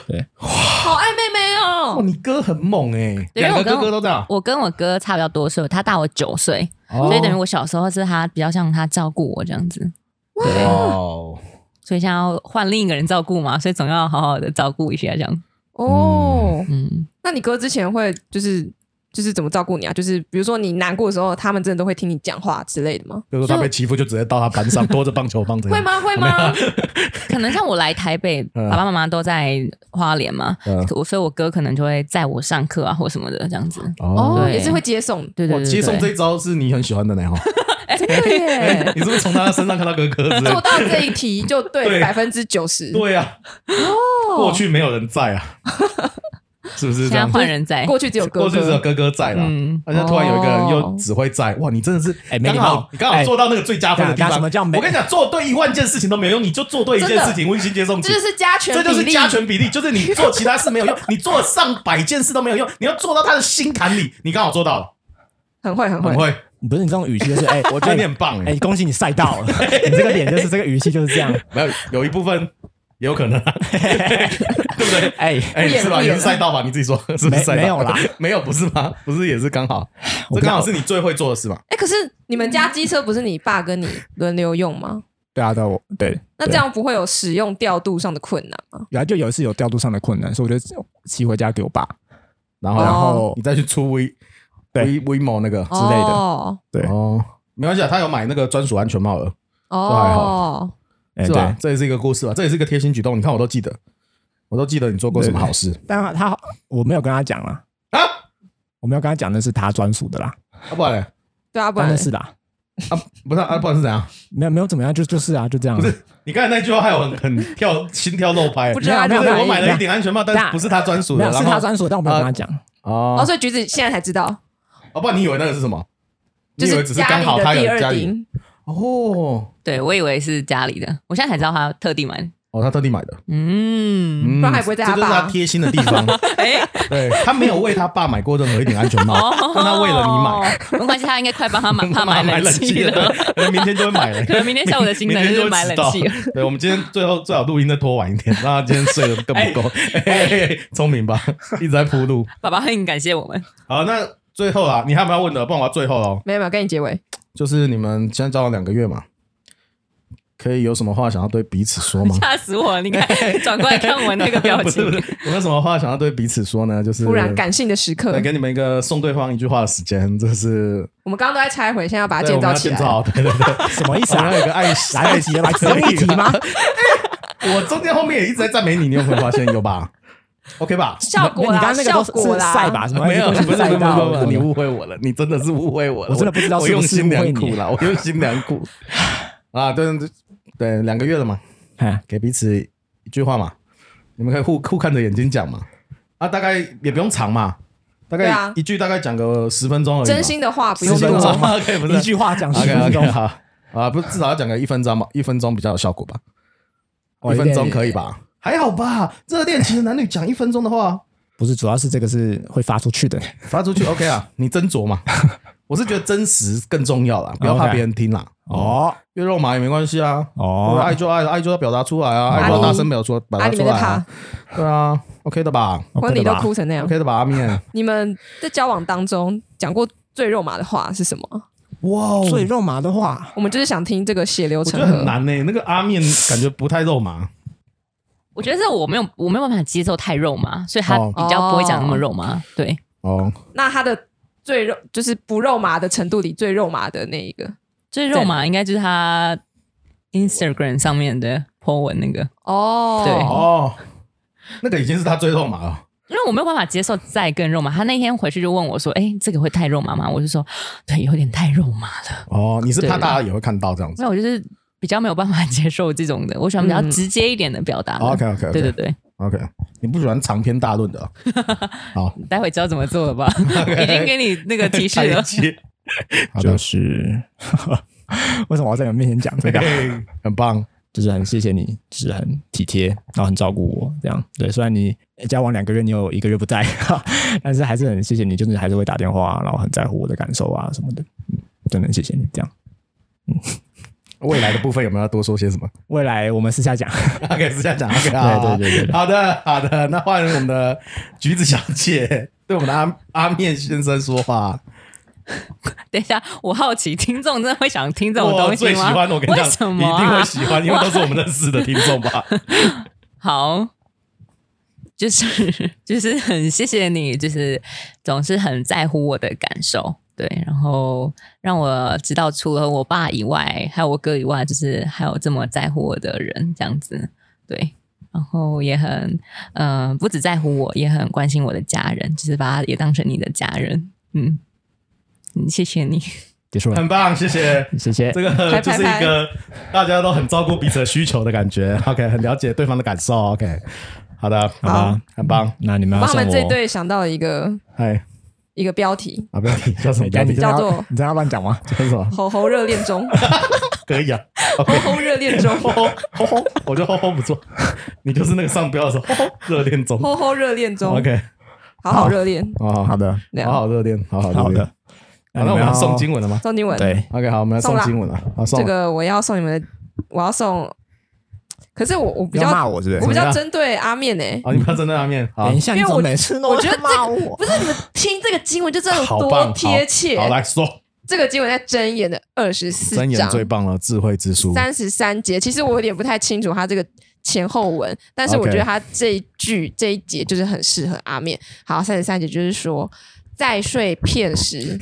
[SPEAKER 3] 对，
[SPEAKER 2] 好爱妹妹
[SPEAKER 1] 哦，
[SPEAKER 2] 哦。
[SPEAKER 1] 你哥很猛哎，
[SPEAKER 4] 对因
[SPEAKER 1] 两
[SPEAKER 4] 为
[SPEAKER 1] 个
[SPEAKER 4] 我跟
[SPEAKER 1] 哥哥都这样，
[SPEAKER 4] 我跟我哥差比较多岁，他大我九岁，
[SPEAKER 1] 哦
[SPEAKER 4] 所以等于我小时候是他比较像他照顾我这样子，
[SPEAKER 1] 哇哦，
[SPEAKER 4] 所以现在要换另一个人照顾嘛，所以总要好好的照顾一下 这样。
[SPEAKER 2] 哦，
[SPEAKER 4] 嗯，
[SPEAKER 2] 那你哥之前会就是就是怎么照顾你啊？就是比如说你难过的时候，他们真的都会听你讲话之类的吗？
[SPEAKER 1] 哥哥他被欺负就直接到他班上，拖着棒球棒这
[SPEAKER 2] 会
[SPEAKER 1] 样，
[SPEAKER 2] 吗？会吗？
[SPEAKER 4] 可能像我来台北，
[SPEAKER 1] 嗯
[SPEAKER 4] 爸爸妈妈都在花莲嘛，
[SPEAKER 1] 嗯
[SPEAKER 4] 可我所以我哥可能就会载我上课啊或什么的这样子。
[SPEAKER 2] 哦，
[SPEAKER 4] 对
[SPEAKER 2] 也是会接送。
[SPEAKER 4] 对对
[SPEAKER 1] 我
[SPEAKER 4] 对
[SPEAKER 1] 接送这一招是你很喜欢的呢哈，
[SPEAKER 2] 真的耶！
[SPEAKER 1] 你是不是从他身上看到哥哥之类
[SPEAKER 2] 哎做
[SPEAKER 1] 的？
[SPEAKER 2] 到这一题就对
[SPEAKER 1] 对
[SPEAKER 2] 百分之九十，
[SPEAKER 1] 对啊，
[SPEAKER 2] 哦
[SPEAKER 1] 过去没有人在 啊，是不是
[SPEAKER 4] 现
[SPEAKER 1] 这
[SPEAKER 4] 在
[SPEAKER 1] 样？
[SPEAKER 4] 换人在，
[SPEAKER 2] 过去只有哥
[SPEAKER 1] 过去只有
[SPEAKER 2] 哥，
[SPEAKER 1] 哥哥在了，
[SPEAKER 4] 嗯
[SPEAKER 1] 而且突然有一个人
[SPEAKER 2] 哦
[SPEAKER 1] 又只会在，哇，你真的是
[SPEAKER 3] 哎没
[SPEAKER 1] 刚
[SPEAKER 3] 礼
[SPEAKER 1] 好
[SPEAKER 3] 貌
[SPEAKER 1] 你刚好
[SPEAKER 3] 哎
[SPEAKER 1] 做到那个最加分的地
[SPEAKER 3] 干
[SPEAKER 1] 方。
[SPEAKER 3] 干什么叫没
[SPEAKER 1] 我跟你讲，做对一万件事情都没有用，你就做对一件事情，温馨接送
[SPEAKER 2] 这
[SPEAKER 1] 你。
[SPEAKER 2] 就是加权
[SPEAKER 1] 这
[SPEAKER 2] 比例，
[SPEAKER 1] 就是加权比例，就是你做其他事 没有用，你做了上百件事都没有用，你要做到他的心坎里，你刚好做到了，
[SPEAKER 2] 很会很会
[SPEAKER 1] 很。会，
[SPEAKER 3] 不是你这种语气就是哎，我
[SPEAKER 1] 我觉得你很棒欸
[SPEAKER 3] 哎，恭喜你赛 到了，你这个脸就是这个语气就是这样。
[SPEAKER 1] 没有，有一部分也有可能啊，对不对？
[SPEAKER 3] 哎，
[SPEAKER 1] 哎，
[SPEAKER 2] 演
[SPEAKER 1] 是吧？
[SPEAKER 2] 不演
[SPEAKER 1] 也是赛道吧？你自己说是不是
[SPEAKER 3] 没
[SPEAKER 1] 赛道？
[SPEAKER 3] 没有啦，
[SPEAKER 1] 没有，不是吗？不是也是刚好，
[SPEAKER 3] 我不
[SPEAKER 1] 这
[SPEAKER 3] 知
[SPEAKER 1] 刚
[SPEAKER 3] 道
[SPEAKER 1] 好是你最会做的事嘛？
[SPEAKER 2] 哎，可是你们家机车不是你爸跟你轮流用
[SPEAKER 1] 嗯
[SPEAKER 2] 吗？
[SPEAKER 3] 对啊，对啊我对。
[SPEAKER 2] 那这样不会有使用调度上的困难吗？
[SPEAKER 3] 然后就有一次有调度上的困难，所以我就骑回家给我爸。
[SPEAKER 1] 然后
[SPEAKER 2] 哦
[SPEAKER 1] 呢
[SPEAKER 3] 然后
[SPEAKER 1] 你再去出 V
[SPEAKER 3] 对
[SPEAKER 1] V V 某那个
[SPEAKER 3] 之类的
[SPEAKER 2] 哦
[SPEAKER 3] 对
[SPEAKER 1] 哦，没关系啊，他有买那个专属安全帽了，还
[SPEAKER 2] 哦，
[SPEAKER 3] 哎，
[SPEAKER 1] 是吧
[SPEAKER 3] 对？，
[SPEAKER 1] 这也是一个故事啊吧，这也是一个贴心举动。你看，我都记得，我都记得你做过什么好事
[SPEAKER 3] 但他他我没有跟他讲啦，
[SPEAKER 1] 啊？
[SPEAKER 3] 我没有跟他讲那是他专属的啦，
[SPEAKER 1] 啊，不然嘞
[SPEAKER 2] 对啊，不
[SPEAKER 3] 当
[SPEAKER 2] 然
[SPEAKER 3] 然是啦，
[SPEAKER 1] 啊，不是啊，不然是怎样？
[SPEAKER 3] 没有没有怎么样，就就是啊，就这样
[SPEAKER 1] 不。是你刚才那句话害我很很跳心跳漏拍，
[SPEAKER 2] 不知道
[SPEAKER 1] 没有
[SPEAKER 2] 他
[SPEAKER 1] 没有
[SPEAKER 2] 买
[SPEAKER 1] 我买了一顶安全帽，但
[SPEAKER 3] 那
[SPEAKER 1] 是不是他专属
[SPEAKER 3] 没
[SPEAKER 1] 的，
[SPEAKER 3] 有是
[SPEAKER 1] 然
[SPEAKER 3] 他
[SPEAKER 1] 后
[SPEAKER 3] 专属，但我没有跟他 讲。
[SPEAKER 2] 哦，
[SPEAKER 1] 哦，
[SPEAKER 2] 所以橘子现在才知道，
[SPEAKER 1] 哦，不然你以为那个是什么？
[SPEAKER 2] 就
[SPEAKER 1] 你以为只是
[SPEAKER 2] 家
[SPEAKER 1] 刚
[SPEAKER 2] 里
[SPEAKER 1] 好
[SPEAKER 2] 的
[SPEAKER 1] 他
[SPEAKER 2] 第
[SPEAKER 1] 有家
[SPEAKER 2] 二
[SPEAKER 1] 里
[SPEAKER 2] 顶，
[SPEAKER 1] 哦
[SPEAKER 4] 对我以为是家里的，我现在才知道他特地买的。
[SPEAKER 1] 哦，他特地买的，
[SPEAKER 4] 嗯，
[SPEAKER 1] 嗯，
[SPEAKER 2] 不然还不会在他
[SPEAKER 1] 这就是
[SPEAKER 2] 爸
[SPEAKER 1] 他贴心的地 方。
[SPEAKER 4] 哎，
[SPEAKER 1] 对他没有为他爸买过任何一顶安全帽，但他为了你买。
[SPEAKER 4] 买，哦没关系，他应该快帮 他买，怕买
[SPEAKER 1] 冷
[SPEAKER 4] 冷气
[SPEAKER 1] 了
[SPEAKER 4] 了。，
[SPEAKER 1] 可能明天就会买了。
[SPEAKER 4] 可能明天下午的行程就是买冷气
[SPEAKER 1] 明天就会迟到对，我们今天最后最好录音再拖晚一天，让他今天睡得更不够。
[SPEAKER 4] 哎
[SPEAKER 1] 嘿嘿嘿聪明吧，一直在铺路。
[SPEAKER 4] 爸爸很感谢我 们。？
[SPEAKER 1] 好，那最后啦，你还有没有问的？不然我要最后喽，
[SPEAKER 2] 没有没有跟你结尾，
[SPEAKER 1] 就是你们现在交往两个月嘛，可以有什么话想要对彼此说吗
[SPEAKER 4] 吓死我！了！你看，转过来看我那个表
[SPEAKER 1] 不是不，
[SPEAKER 4] 情
[SPEAKER 1] 是，有没有什么话想要对彼此说呢？就是
[SPEAKER 2] 突然感性的时刻
[SPEAKER 1] 对，，给你们一个送对方一句话的时间，这是
[SPEAKER 2] 我们刚刚都在拆毁，现在要把它
[SPEAKER 1] 对
[SPEAKER 2] 啊建
[SPEAKER 1] 我
[SPEAKER 2] 造
[SPEAKER 1] 们要
[SPEAKER 2] 起
[SPEAKER 1] 建
[SPEAKER 2] 来。
[SPEAKER 1] 造， 对对对。
[SPEAKER 3] 什么意思
[SPEAKER 1] 想
[SPEAKER 3] 啊
[SPEAKER 1] 要？有个爱
[SPEAKER 3] 来得及了吧？
[SPEAKER 1] 啊
[SPEAKER 3] 只有一题吗？？
[SPEAKER 1] 我中间后面也一直在赞美你，你有没有发现？有吧？OK 吧？
[SPEAKER 2] 效
[SPEAKER 3] 没
[SPEAKER 2] 果
[SPEAKER 3] 有你
[SPEAKER 2] 啦，
[SPEAKER 3] 刚刚那个
[SPEAKER 2] 效
[SPEAKER 3] 都是
[SPEAKER 2] 果啊
[SPEAKER 3] 是
[SPEAKER 2] 啦，
[SPEAKER 3] 赛吧？啊什么
[SPEAKER 1] 没有，不
[SPEAKER 3] 都
[SPEAKER 1] 是不是不
[SPEAKER 3] 赛
[SPEAKER 1] 是
[SPEAKER 3] 道
[SPEAKER 1] 不是，你误会我了，你真的是误会我了，
[SPEAKER 3] 我真的不知道
[SPEAKER 1] 我
[SPEAKER 3] 是不
[SPEAKER 1] 用
[SPEAKER 3] 是
[SPEAKER 1] 心良
[SPEAKER 3] 误会
[SPEAKER 1] 苦
[SPEAKER 3] 你
[SPEAKER 1] 了，我用心良苦 啊！对对对，两个月了嘛，
[SPEAKER 3] 哎
[SPEAKER 1] 给彼此一句话嘛。你们可以互互看着眼睛讲嘛。啊，大概也不用长嘛，大
[SPEAKER 2] 对
[SPEAKER 1] 概
[SPEAKER 2] 啊
[SPEAKER 1] 一句大概讲个十分钟而已嘛。
[SPEAKER 2] 真心的话不用
[SPEAKER 1] 十
[SPEAKER 3] 十分
[SPEAKER 1] 分钟
[SPEAKER 3] 钟
[SPEAKER 2] 说，
[SPEAKER 3] 吗
[SPEAKER 1] 可以不
[SPEAKER 3] 一
[SPEAKER 1] 是
[SPEAKER 3] 句话讲十
[SPEAKER 1] OK
[SPEAKER 3] 分
[SPEAKER 1] OK
[SPEAKER 3] 钟，
[SPEAKER 1] 好啊，不是至少要讲个一分钟吧，一分钟比较有效果吧，
[SPEAKER 3] 哦
[SPEAKER 1] 一分钟可以？
[SPEAKER 3] 有点
[SPEAKER 1] 吧？还好吧，热恋期的男女讲一分钟的话，
[SPEAKER 3] 不是，主要是这个是会发出去的。
[SPEAKER 1] 发出去 OK 啊，你斟酌嘛。啊我是觉得真实更重要啦，不要怕
[SPEAKER 3] OK
[SPEAKER 1] 别人听啦。
[SPEAKER 3] 哦
[SPEAKER 1] 越肉麻也没关系啊，我
[SPEAKER 3] 哦
[SPEAKER 1] 爱就爱，爱就要表达出来啊，
[SPEAKER 3] 啊
[SPEAKER 1] 爱就要大
[SPEAKER 2] 你
[SPEAKER 1] 声表出表
[SPEAKER 2] 啊，
[SPEAKER 1] 达
[SPEAKER 2] 你
[SPEAKER 1] 出
[SPEAKER 2] 们在
[SPEAKER 1] 来
[SPEAKER 2] 怕
[SPEAKER 1] 啊，对啊，OK 的吧
[SPEAKER 3] 哦
[SPEAKER 2] 婚礼都哭成那样。
[SPEAKER 1] ？OK 的吧，阿面。
[SPEAKER 2] 你们在交往当中讲过最肉麻的话是什么？
[SPEAKER 1] 哇哦，
[SPEAKER 3] 最肉麻的话，
[SPEAKER 2] 我们就是想听这个血流
[SPEAKER 1] 我觉
[SPEAKER 2] 成
[SPEAKER 1] 得很
[SPEAKER 2] 河。
[SPEAKER 1] 难呢、那个阿面感觉不太肉麻，
[SPEAKER 4] 我觉得这我没有我没有办法接受太肉麻，所以他
[SPEAKER 1] 哦
[SPEAKER 4] 比较不会讲那么肉麻。对，
[SPEAKER 1] 哦，
[SPEAKER 2] 那他的最肉就是不肉麻的程度里最肉麻的那一个
[SPEAKER 4] 最肉麻应该就是他 Instagram 上面的 po 文那个，
[SPEAKER 2] 哦
[SPEAKER 4] 对
[SPEAKER 1] 哦，那个已经是他最肉麻了。
[SPEAKER 4] 因为我没有办法接受再更肉麻。他那天回去就问我说：“哎、这个会太肉麻吗？”我就说：“对，有点太肉麻了。
[SPEAKER 1] 哦，你是怕
[SPEAKER 4] 对
[SPEAKER 1] 大家也会看到这样”子
[SPEAKER 4] 没有，我就是比较没有办法 接受这种的，我喜欢比较
[SPEAKER 2] 嗯
[SPEAKER 4] 直接一点的表达的。
[SPEAKER 1] ？OK OK
[SPEAKER 4] 对对
[SPEAKER 1] OK
[SPEAKER 4] 对，
[SPEAKER 1] OK，你不喜欢长篇大论的，哦好，。
[SPEAKER 4] 待会知道怎么做了吧？已经给你那个提示 了
[SPEAKER 1] 接，好的
[SPEAKER 3] 就，是 为什么我要在你们面前讲这
[SPEAKER 1] 嘿
[SPEAKER 3] 个啊？
[SPEAKER 1] 嘿很棒。
[SPEAKER 3] 就是很谢谢你，就是很体贴，然后很照顾我，这样对。虽然你哎交往两个月，你有一个月不在， 哈但是还是很谢谢你，就是还是会打电话，然后很在乎我的感受啊什么的，嗯，真的很谢谢你这样。
[SPEAKER 1] 未来的部分有没有要多说些什么
[SPEAKER 3] 未来我们私下讲，
[SPEAKER 1] ？OK，私下讲。OK，啊
[SPEAKER 3] 对对对对
[SPEAKER 1] 好的好的。那换我们的橘子小姐 对我们的阿阿面先生说话。
[SPEAKER 4] 等一下，我好奇听众真的会想听这种
[SPEAKER 1] 我
[SPEAKER 4] 东西
[SPEAKER 1] 最喜
[SPEAKER 4] 吗？
[SPEAKER 1] 欢，我跟你
[SPEAKER 4] 为
[SPEAKER 1] 讲，
[SPEAKER 4] 什
[SPEAKER 1] 你
[SPEAKER 4] 么
[SPEAKER 1] 一
[SPEAKER 4] 啊、
[SPEAKER 1] 定会喜欢，因为都是我们认识的听众 吧。
[SPEAKER 4] 好，就是就是 很谢谢你，就是总是很在乎我的感受，对，然后让我知道除了我爸以外，还有我哥以外，就是还有这么在乎我的人，这样子，对。然后也很，呃，不只在乎我，也很关心我的家人，就是把他也当成你的家人，嗯，嗯，谢谢你，
[SPEAKER 3] 结束了
[SPEAKER 1] 很，棒，谢谢。
[SPEAKER 3] 谢谢
[SPEAKER 1] 这。个
[SPEAKER 2] 拍
[SPEAKER 1] 就是一个大家都很照顾彼此的需求的感觉。OK，很了解对方的感受。OK，好的，好
[SPEAKER 3] 吧，
[SPEAKER 1] 很棒。
[SPEAKER 3] 那你们要
[SPEAKER 2] 帮他
[SPEAKER 3] 送
[SPEAKER 2] 们这
[SPEAKER 3] 我，
[SPEAKER 2] 对想到了一个
[SPEAKER 1] 哎，
[SPEAKER 2] 一个标题，
[SPEAKER 1] 啊，不要提叫什么
[SPEAKER 3] 你
[SPEAKER 1] 标
[SPEAKER 3] 你
[SPEAKER 1] 题
[SPEAKER 3] 真，的
[SPEAKER 2] 叫
[SPEAKER 3] 要
[SPEAKER 2] 做
[SPEAKER 3] 你真的要乱讲吗？
[SPEAKER 1] 叫什么？
[SPEAKER 2] 吼吼热恋 中，
[SPEAKER 1] 可以啊。
[SPEAKER 2] 吼吼热恋 中，
[SPEAKER 1] 吼吼吼吼，我觉得吼吼不错。你就是那个上标的时候，吼吼热恋中。
[SPEAKER 2] 吼吼热恋中，
[SPEAKER 1] OK，
[SPEAKER 2] 好好热恋。
[SPEAKER 1] 哦，
[SPEAKER 3] 好
[SPEAKER 1] 好
[SPEAKER 3] 的，
[SPEAKER 2] 对
[SPEAKER 1] 好
[SPEAKER 2] 啊
[SPEAKER 1] 好热恋，好好热
[SPEAKER 3] 好
[SPEAKER 1] 恋。
[SPEAKER 3] 的
[SPEAKER 1] 好，那我
[SPEAKER 3] 你
[SPEAKER 1] 们要
[SPEAKER 3] 要
[SPEAKER 1] 送经文了吗
[SPEAKER 2] 宋经文，
[SPEAKER 3] 对，
[SPEAKER 1] ？OK，好，我们要
[SPEAKER 2] 送
[SPEAKER 1] 送
[SPEAKER 2] 啦
[SPEAKER 1] 经文了。好，送
[SPEAKER 2] 这个我要送你们的，我要送。可是我我比
[SPEAKER 3] 你要骂
[SPEAKER 2] 较
[SPEAKER 3] 我是不
[SPEAKER 2] 我
[SPEAKER 3] 是？
[SPEAKER 2] 比
[SPEAKER 1] 怎么
[SPEAKER 2] 较
[SPEAKER 1] 样
[SPEAKER 2] 针对阿面欸呢、
[SPEAKER 1] 啊，你不要站在那面。好
[SPEAKER 3] 等一，下，
[SPEAKER 2] 因
[SPEAKER 3] 你
[SPEAKER 2] 为
[SPEAKER 3] 怎么
[SPEAKER 2] 我
[SPEAKER 3] 每次都
[SPEAKER 2] 我觉得
[SPEAKER 3] 在骂我
[SPEAKER 2] 不是你们听这个经文就知道有
[SPEAKER 1] 好棒，
[SPEAKER 2] 多
[SPEAKER 1] 好
[SPEAKER 2] 贴切。
[SPEAKER 1] 好，来说，
[SPEAKER 2] 这个经文在箴言的二十四
[SPEAKER 1] 真言
[SPEAKER 2] 章
[SPEAKER 1] 最棒了，智慧之书。
[SPEAKER 2] 三十三节，其实我有点不太清楚它这个前后文，但是我
[SPEAKER 1] OK
[SPEAKER 2] 觉得它这一句这一节就是很适合阿面。好，三十三节就是说，再睡片时，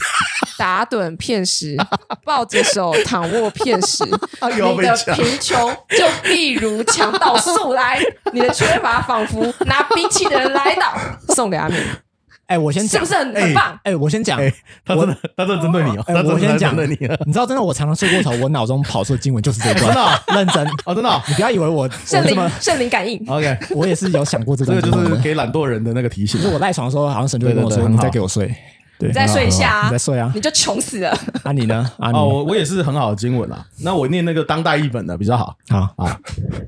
[SPEAKER 2] 打盹片时，抱着手躺卧片时，
[SPEAKER 1] 哎呦
[SPEAKER 2] 你
[SPEAKER 1] 被
[SPEAKER 2] 的
[SPEAKER 1] 抢
[SPEAKER 2] 贫穷就必如强盗速来，你的缺乏仿佛拿兵器的人来到。送给阿面，
[SPEAKER 3] 哎，我先
[SPEAKER 2] 是
[SPEAKER 3] 讲
[SPEAKER 2] 不，是很
[SPEAKER 1] 哎
[SPEAKER 2] 很棒？
[SPEAKER 3] 哎，我先讲，
[SPEAKER 1] 哎，他真的，他真的针对你哦，
[SPEAKER 3] 哎
[SPEAKER 1] 他真的
[SPEAKER 3] 我先讲
[SPEAKER 1] 针对你了，
[SPEAKER 3] 你知道，真的，我常常睡过头，我脑中跑出的经文就是 这一段，认真。
[SPEAKER 1] 哦，真的哦。
[SPEAKER 3] 你不要以为我我
[SPEAKER 2] 圣
[SPEAKER 3] 这
[SPEAKER 2] 灵
[SPEAKER 3] 么，
[SPEAKER 2] 圣灵感应，
[SPEAKER 1] OK，
[SPEAKER 3] 我也是有想过这
[SPEAKER 1] 这
[SPEAKER 3] 段
[SPEAKER 1] 个
[SPEAKER 3] 经
[SPEAKER 1] 就
[SPEAKER 3] 文
[SPEAKER 1] 是
[SPEAKER 3] 的。
[SPEAKER 1] 给懒惰人的那个提醒
[SPEAKER 3] 可。是我赖床的时候，好像神就会跟我
[SPEAKER 1] 对对
[SPEAKER 3] 说：“
[SPEAKER 1] 对
[SPEAKER 3] 你
[SPEAKER 1] 很
[SPEAKER 3] 再
[SPEAKER 1] 好
[SPEAKER 3] 给我睡。”对，
[SPEAKER 2] 你再睡一下啊
[SPEAKER 3] 你再睡啊
[SPEAKER 2] 你！就穷死了。
[SPEAKER 3] 啊你呢？啊你
[SPEAKER 1] 哦，我我也是很好的经文啊。那我念那个当代译本的比较好
[SPEAKER 3] 好，
[SPEAKER 1] 啊。那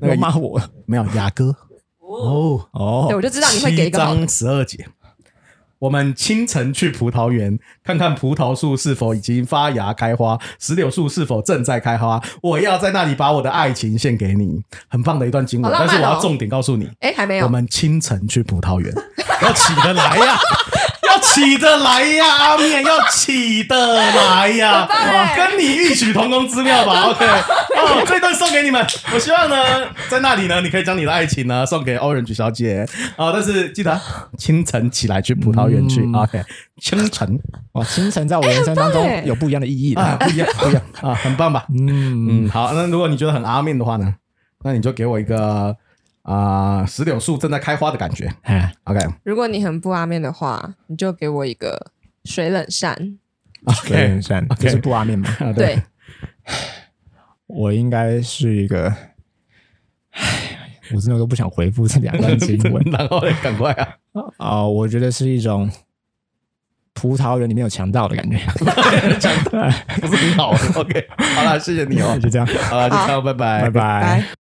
[SPEAKER 3] 那
[SPEAKER 1] 个
[SPEAKER 3] 个骂我
[SPEAKER 1] 没有雅歌哦，
[SPEAKER 3] 哦
[SPEAKER 2] 对，我就知道你会给一
[SPEAKER 1] 七
[SPEAKER 2] 个好的
[SPEAKER 1] 章十二节。我们清晨去葡萄园，看看葡萄树是否已经发芽开花，石榴树是否正在开花。我要在那里把我的爱情献给你，很棒的一段经文。
[SPEAKER 2] 好浪
[SPEAKER 1] 但
[SPEAKER 2] 漫
[SPEAKER 1] 是我
[SPEAKER 2] 哦
[SPEAKER 1] 要重点告诉你，
[SPEAKER 2] 哎，还没有
[SPEAKER 1] 我。们清晨去葡萄园， 要起得来呀、 要起得来呀、阿面要起得来呀、哦
[SPEAKER 2] 棒哎
[SPEAKER 1] 跟你异曲同工之妙吧？OK，哦，这段送给你们。我希望呢，在那里呢，你可以将你的爱情呢送给 Orange 小姐啊、但是记得啊清晨起来去葡萄园去、
[SPEAKER 3] 嗯
[SPEAKER 1] o k 清晨
[SPEAKER 3] 哇，清晨在我人生当
[SPEAKER 2] 哎很棒哎
[SPEAKER 3] 中有不一样的意义
[SPEAKER 1] 啊，
[SPEAKER 3] 的。
[SPEAKER 1] 不 一样不一样啊，很棒吧？
[SPEAKER 3] 嗯，
[SPEAKER 1] 嗯，好，那如果你觉得很阿面的话呢，那你就给我一个啊、石榴树正在开花的感觉。
[SPEAKER 3] 哎，
[SPEAKER 1] OK，
[SPEAKER 2] 如果你很不阿面的话，你就给我一个水冷扇。
[SPEAKER 3] 对，很善，
[SPEAKER 1] OK
[SPEAKER 3] 这是布拉面嘛。
[SPEAKER 1] 啊对
[SPEAKER 2] 对，
[SPEAKER 3] 我应该是一个，唉我真的都不想回复这 两段经 文
[SPEAKER 1] 然后嘞赶快啊！
[SPEAKER 3] 啊、我觉得是一种葡萄园里面有强盗的感觉。
[SPEAKER 1] 不是很好。OK，好了，谢谢你哦哦
[SPEAKER 3] 就。这样，
[SPEAKER 1] 好了，就这样，拜拜，
[SPEAKER 3] 拜拜。
[SPEAKER 2] 拜。